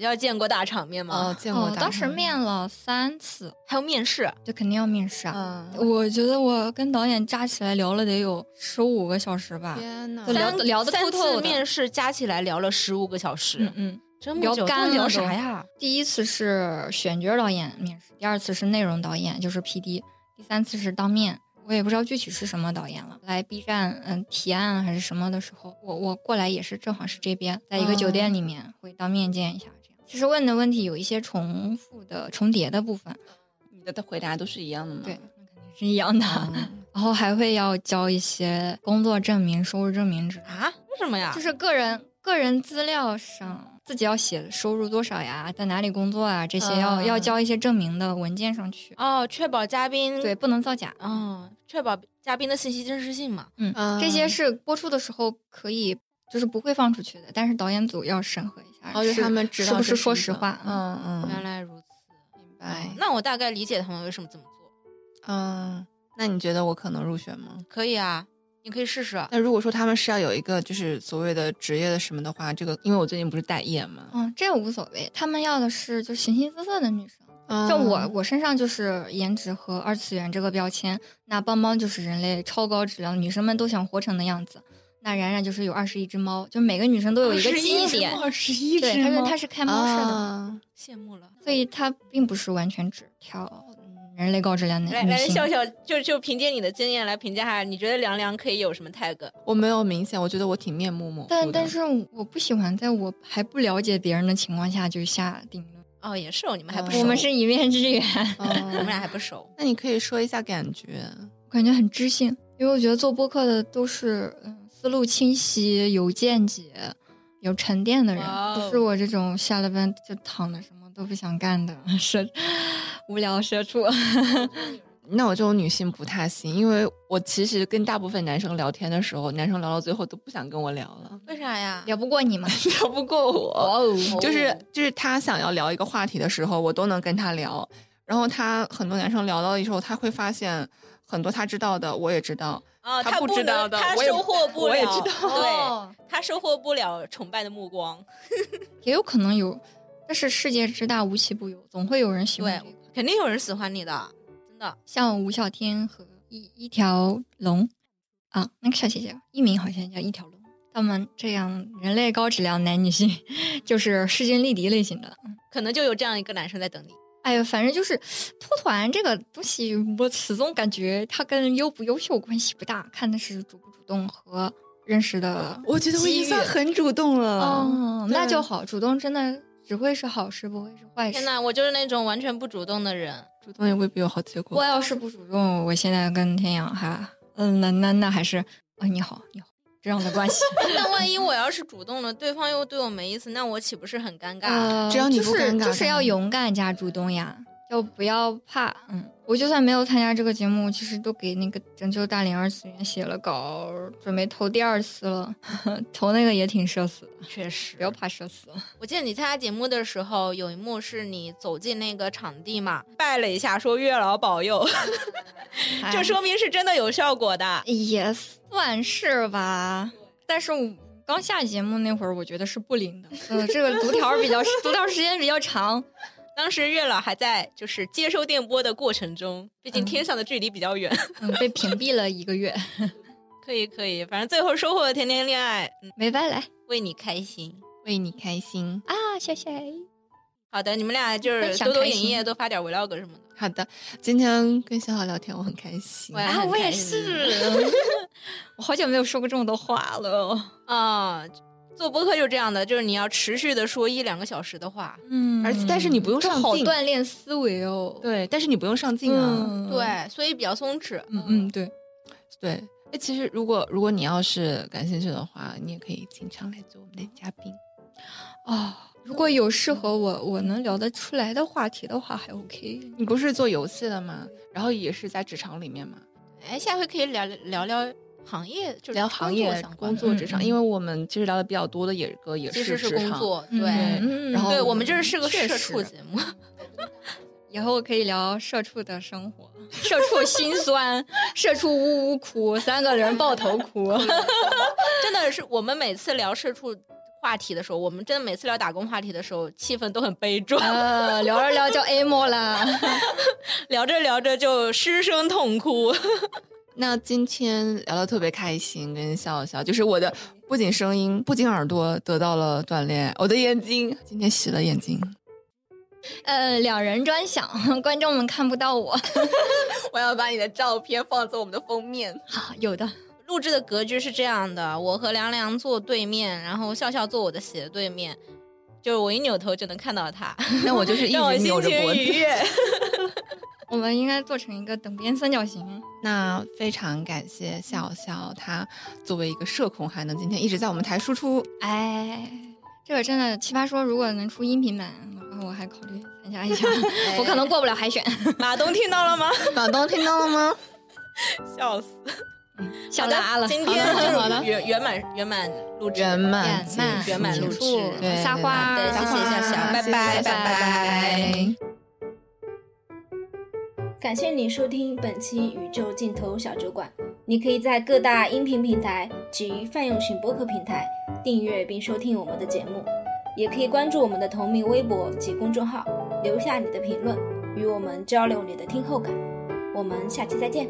S2: 要见过大场面
S3: 哦
S2: 吗，？
S3: 见过
S1: 哦
S3: 大，，
S1: 当时面了三次，
S2: 还有面试，
S1: 就肯定要面试啊。
S3: 嗯，
S1: 我觉得我跟导演加起来聊了得有十五个小时吧，
S3: 天呐，
S1: 就聊
S2: 三
S1: 得聊得
S2: 三
S1: 透透
S2: 次
S1: 的
S2: 面试加起来聊了十五个小
S1: 嗯
S2: 时，
S1: 嗯。
S2: 这么
S1: 聊
S2: 久
S1: 干
S2: 都聊
S1: 了
S2: 啥
S1: 都
S2: 呀？
S1: 第一次是选角导演面试，第二次是内容导演，就是 PD，第三次是当面。我也不知道具体是什么导演了。来 B 站，嗯，提案还是什么的时候，我我过来也是正好是这边，在一个酒
S2: 嗯
S1: 店里面会当面见一下。这样，其实问的问题有一些重复的、重叠的部分，
S3: 你的回答都是一样的吗？
S1: 对，那肯定是一样的。
S3: 嗯
S1: [laughs] 然后还会要交一些工作证明、收入证明之类的。
S2: 啊？为什么呀
S1: 就？是个
S3: 嗯
S1: 人个人资料上自己要写收入多少呀，在哪里工作啊，这些要、
S2: 啊
S1: 要交一些证明的文件上去。
S2: 哦，确保嘉宾
S1: 对，，不能造假。
S2: 哦，确保嘉宾的信息真实性嘛。
S1: 嗯，
S3: 啊
S1: 这些是播出的时候可以，就是不会放出去的，但是导演组要审核一下，
S3: 哦，就是他们知道
S1: 是不
S3: 这
S1: 是说
S3: 一个
S1: 实话？，
S3: 嗯嗯，
S2: 原来如此，
S3: 明白。
S2: 那我大概理解他们为什么这么做。
S3: 嗯，那你觉得我可能入选吗？
S2: 可以啊，你可以试试。
S3: 那如果说他们是要有一个就是所谓的职业的什么的话，这个因为我最近不是待业嘛，
S1: 嗯，这无所谓，他们要的是就形形色色的女生。像
S3: 嗯
S2: 嗯
S1: 我，我身上就是颜值和二次元这个标签。那邦邦就是人类超高质量，女生们都想活成的样子。那然然就是有二十一只猫，就每个女生都有一个记忆点。
S3: 二十一只
S1: 对，
S3: 吗，
S1: 她是她是开猫式的，
S3: 啊
S2: 羡慕了。
S1: 所以她并不是完全只挑嗯人类高质量的
S2: 来
S1: 女
S2: 来，笑
S1: 性。
S2: 笑，就就凭借你的经验来评价下，你觉得凉凉可以有什么 tag？
S3: 我没有明显，我觉得我挺面目模糊的
S1: 但但是我不喜欢在我还不了解别人的情况下就下定论。
S2: 哦，也是哦，你们还不
S3: 嗯
S2: 熟，哦
S1: 我们是一面之缘，
S2: 我们
S3: 嗯，
S2: 俩还不熟。
S3: [laughs] 那你可以说一下感觉，
S1: 我感觉很知性，因为我觉得做播客的都是嗯思路清晰、有见解、有沉淀的人，
S2: 哇哦
S1: 不是我这种下了班就躺着什么都不想干的 [laughs] 社无聊社畜。
S3: 那我这种女性不太行，因为我其实跟大部分男生聊天的时候，男生聊到最后都不想跟我聊了， [laughs]
S2: 为啥
S1: [laughs]
S2: 呀？
S1: 聊不过你嘛？
S3: 聊不过我。
S2: 哦，
S3: 就是就是他想要聊一个话题的时候，我都能跟他聊。然后他很多男生聊到的时候，他会发现很多他知道的我也知道，
S2: 啊，
S3: 他
S2: 不
S3: 不知
S2: 能
S3: 道的
S2: 他
S3: 我也
S2: 收获不了，
S3: 我也知道
S1: 哦
S2: 对，他收获不了崇拜的目光，
S1: 也有可能有，但是世界之大无奇不有，总会有人喜欢
S2: 对
S1: 这一款。
S2: 肯定有人喜欢你的，真的。
S1: 像吴小天和一一条龙啊，那个小姐姐艺名好像叫一条龙，他们这样人类高质量男女性， [laughs] 就是势均力敌类型的。
S2: 可能就有这样一个男生在等你。
S1: 哎呀，反正就是脱团这个东西，我始终感觉它跟优不优秀关系不大，看的是主不主动和认识的。
S3: 我觉得我已经算很主动了。
S1: 哦，
S3: 对
S1: 那就好，主动真的只会是好事，不会是坏事。
S2: 天哪，我就是那种完全不主动的人。
S3: 主动也未必有好结
S1: 我
S3: 果。
S1: 要是不主动，我现在跟天阳还，嗯，那那那还是啊、你好，你好这样的关系。
S2: 那万一我要是主动了，对方又对我没意思，那我岂不是很尴尬？啊
S1: 呃
S3: 只要你不
S1: 就是
S3: 尴尬
S1: 就是要勇敢加主动呀，就不要怕。嗯，我就算没有参加这个节目，其实都给那个《拯救大龄二次元》写了稿，准备投第二次了。 [laughs] 投那个也挺社死的，
S2: 确实
S1: 呃不要怕社死。 [laughs]
S2: 我记得你参加节目的时候，有一幕是你走进那个场地嘛，拜了一下，说月老保佑， [laughs] 就说明是真的有效果的。
S1: 哎也算是吧，但是我刚下节目那会儿，我觉得是不灵 [laughs] 的。呃，这个读条比较读条时间比较长，
S2: 当时月老还在就是接收电波的过程中，毕竟
S1: 嗯
S2: 天上的距离比较远。 [laughs]
S1: 嗯，被屏蔽了一个月，
S2: 可以可以，反正最后收获了甜甜恋爱，嗯，
S1: [laughs] 没白来
S2: 为你开心。
S3: 为你开心。
S1: 啊！谢谢。
S2: 好的，你们俩就
S1: 分
S2: 是
S1: 享
S2: 多多
S1: 开
S2: 营
S1: 心
S2: 业，多发点 vlog 什么的。
S3: 好的，今天跟小好聊天，我很开心
S2: 我。也
S1: 啊
S2: 很
S1: 我也
S2: 开心
S1: 是 [laughs] 我好久没有说过这么多话了。哦
S2: 啊。做播客就是这样的，就是你要持续的说一两个小时的话，
S1: 嗯
S3: 而且但是你不用
S1: 这
S3: 上
S1: 好
S3: 镜
S1: 锻炼思维哦。
S3: 对，但是你不用上镜啊。
S1: 嗯，
S2: 对，所以比较松弛。
S1: 嗯嗯对，
S3: 对，哎，其实如果如果你要是感兴趣的话，你也可以经常来做我们的嘉宾。
S1: 啊，如果有适合我我能聊得出来的话题的话，还 OK。
S3: 你不是做游戏的吗？然后也是在职场里面嘛，
S2: 哎，下回可以聊聊聊行业，就是
S3: 聊行业、
S2: 工
S3: 工
S2: 作
S3: 作、
S2: 相关的
S3: 职场，
S1: 嗯
S3: 因为我们其实聊的比较多的也个也
S2: 其实是
S3: 职
S2: 工
S3: 场。
S2: 作，
S1: 嗯
S2: 对。
S1: 嗯
S3: 然后
S2: 对我们这是个
S1: 确
S2: 社
S1: 实
S2: 畜节目，
S1: 以后可以聊社畜的生活，社畜心酸， [laughs] 社畜呜呜哭，三个人抱头
S3: [laughs]
S1: 哭。
S2: 真的是我们每次聊社畜话题的时候，我们真的每次聊打工话题的时候，气氛都很悲壮， [laughs]
S1: 啊，聊着聊就 emo 啦。
S2: 聊着聊着就失声痛哭。
S3: 那今天聊得特别开心，跟笑笑，就是我的不仅声音，不仅耳朵得到了锻炼，我的眼睛今天洗了眼睛。
S1: [laughs] 呃，两人专享，观众们看不到我。 [laughs]
S3: 我要把你的照片放在我们的封面。
S1: 好，有的。
S2: 录制的格局是这样的：我和凉凉坐对面，然后笑笑坐我的斜对面，就是我一扭头就能看到他，
S3: [laughs] 那我就是一
S2: 让我
S3: 直
S2: 心
S3: 扭着脖
S2: 情愉 [laughs]
S3: 子。
S2: 悦。
S1: 我们应该做成一个等边三角形。
S3: 那非常感谢笑笑，他作为一个社恐，还能今天一直在我们台输出。 [laughs]
S1: 哎，这个真的奇葩说，如果能出音频版的话，我还考虑参加
S2: [laughs]
S1: 一下。我可
S2: 哎
S1: 能过不了海选，
S2: 马东听到了吗？
S3: 马东听到了吗？
S2: 笑 [laughs] 死！
S1: 想拉了。
S2: 今
S3: 好
S2: 天
S3: 的好
S2: 就是
S3: 的
S2: 圆圆满圆满录制，
S3: 圆满
S1: 圆满
S3: 结束
S2: 圆满录制
S3: 对
S1: 撒花儿，
S2: 对谢谢夏夏拜
S3: 谢谢
S2: 拜
S3: 夏
S1: 拜
S3: 夏
S1: 拜
S3: 拜
S2: 感谢你收听本期宇宙尽头小酒馆。你可以在各大音频平台及泛用型播客平台订阅并收听我们的节目，也可以关注我们的同名微博及公众号，留下你的评论，与我们交流你的听后感。我们下期再见。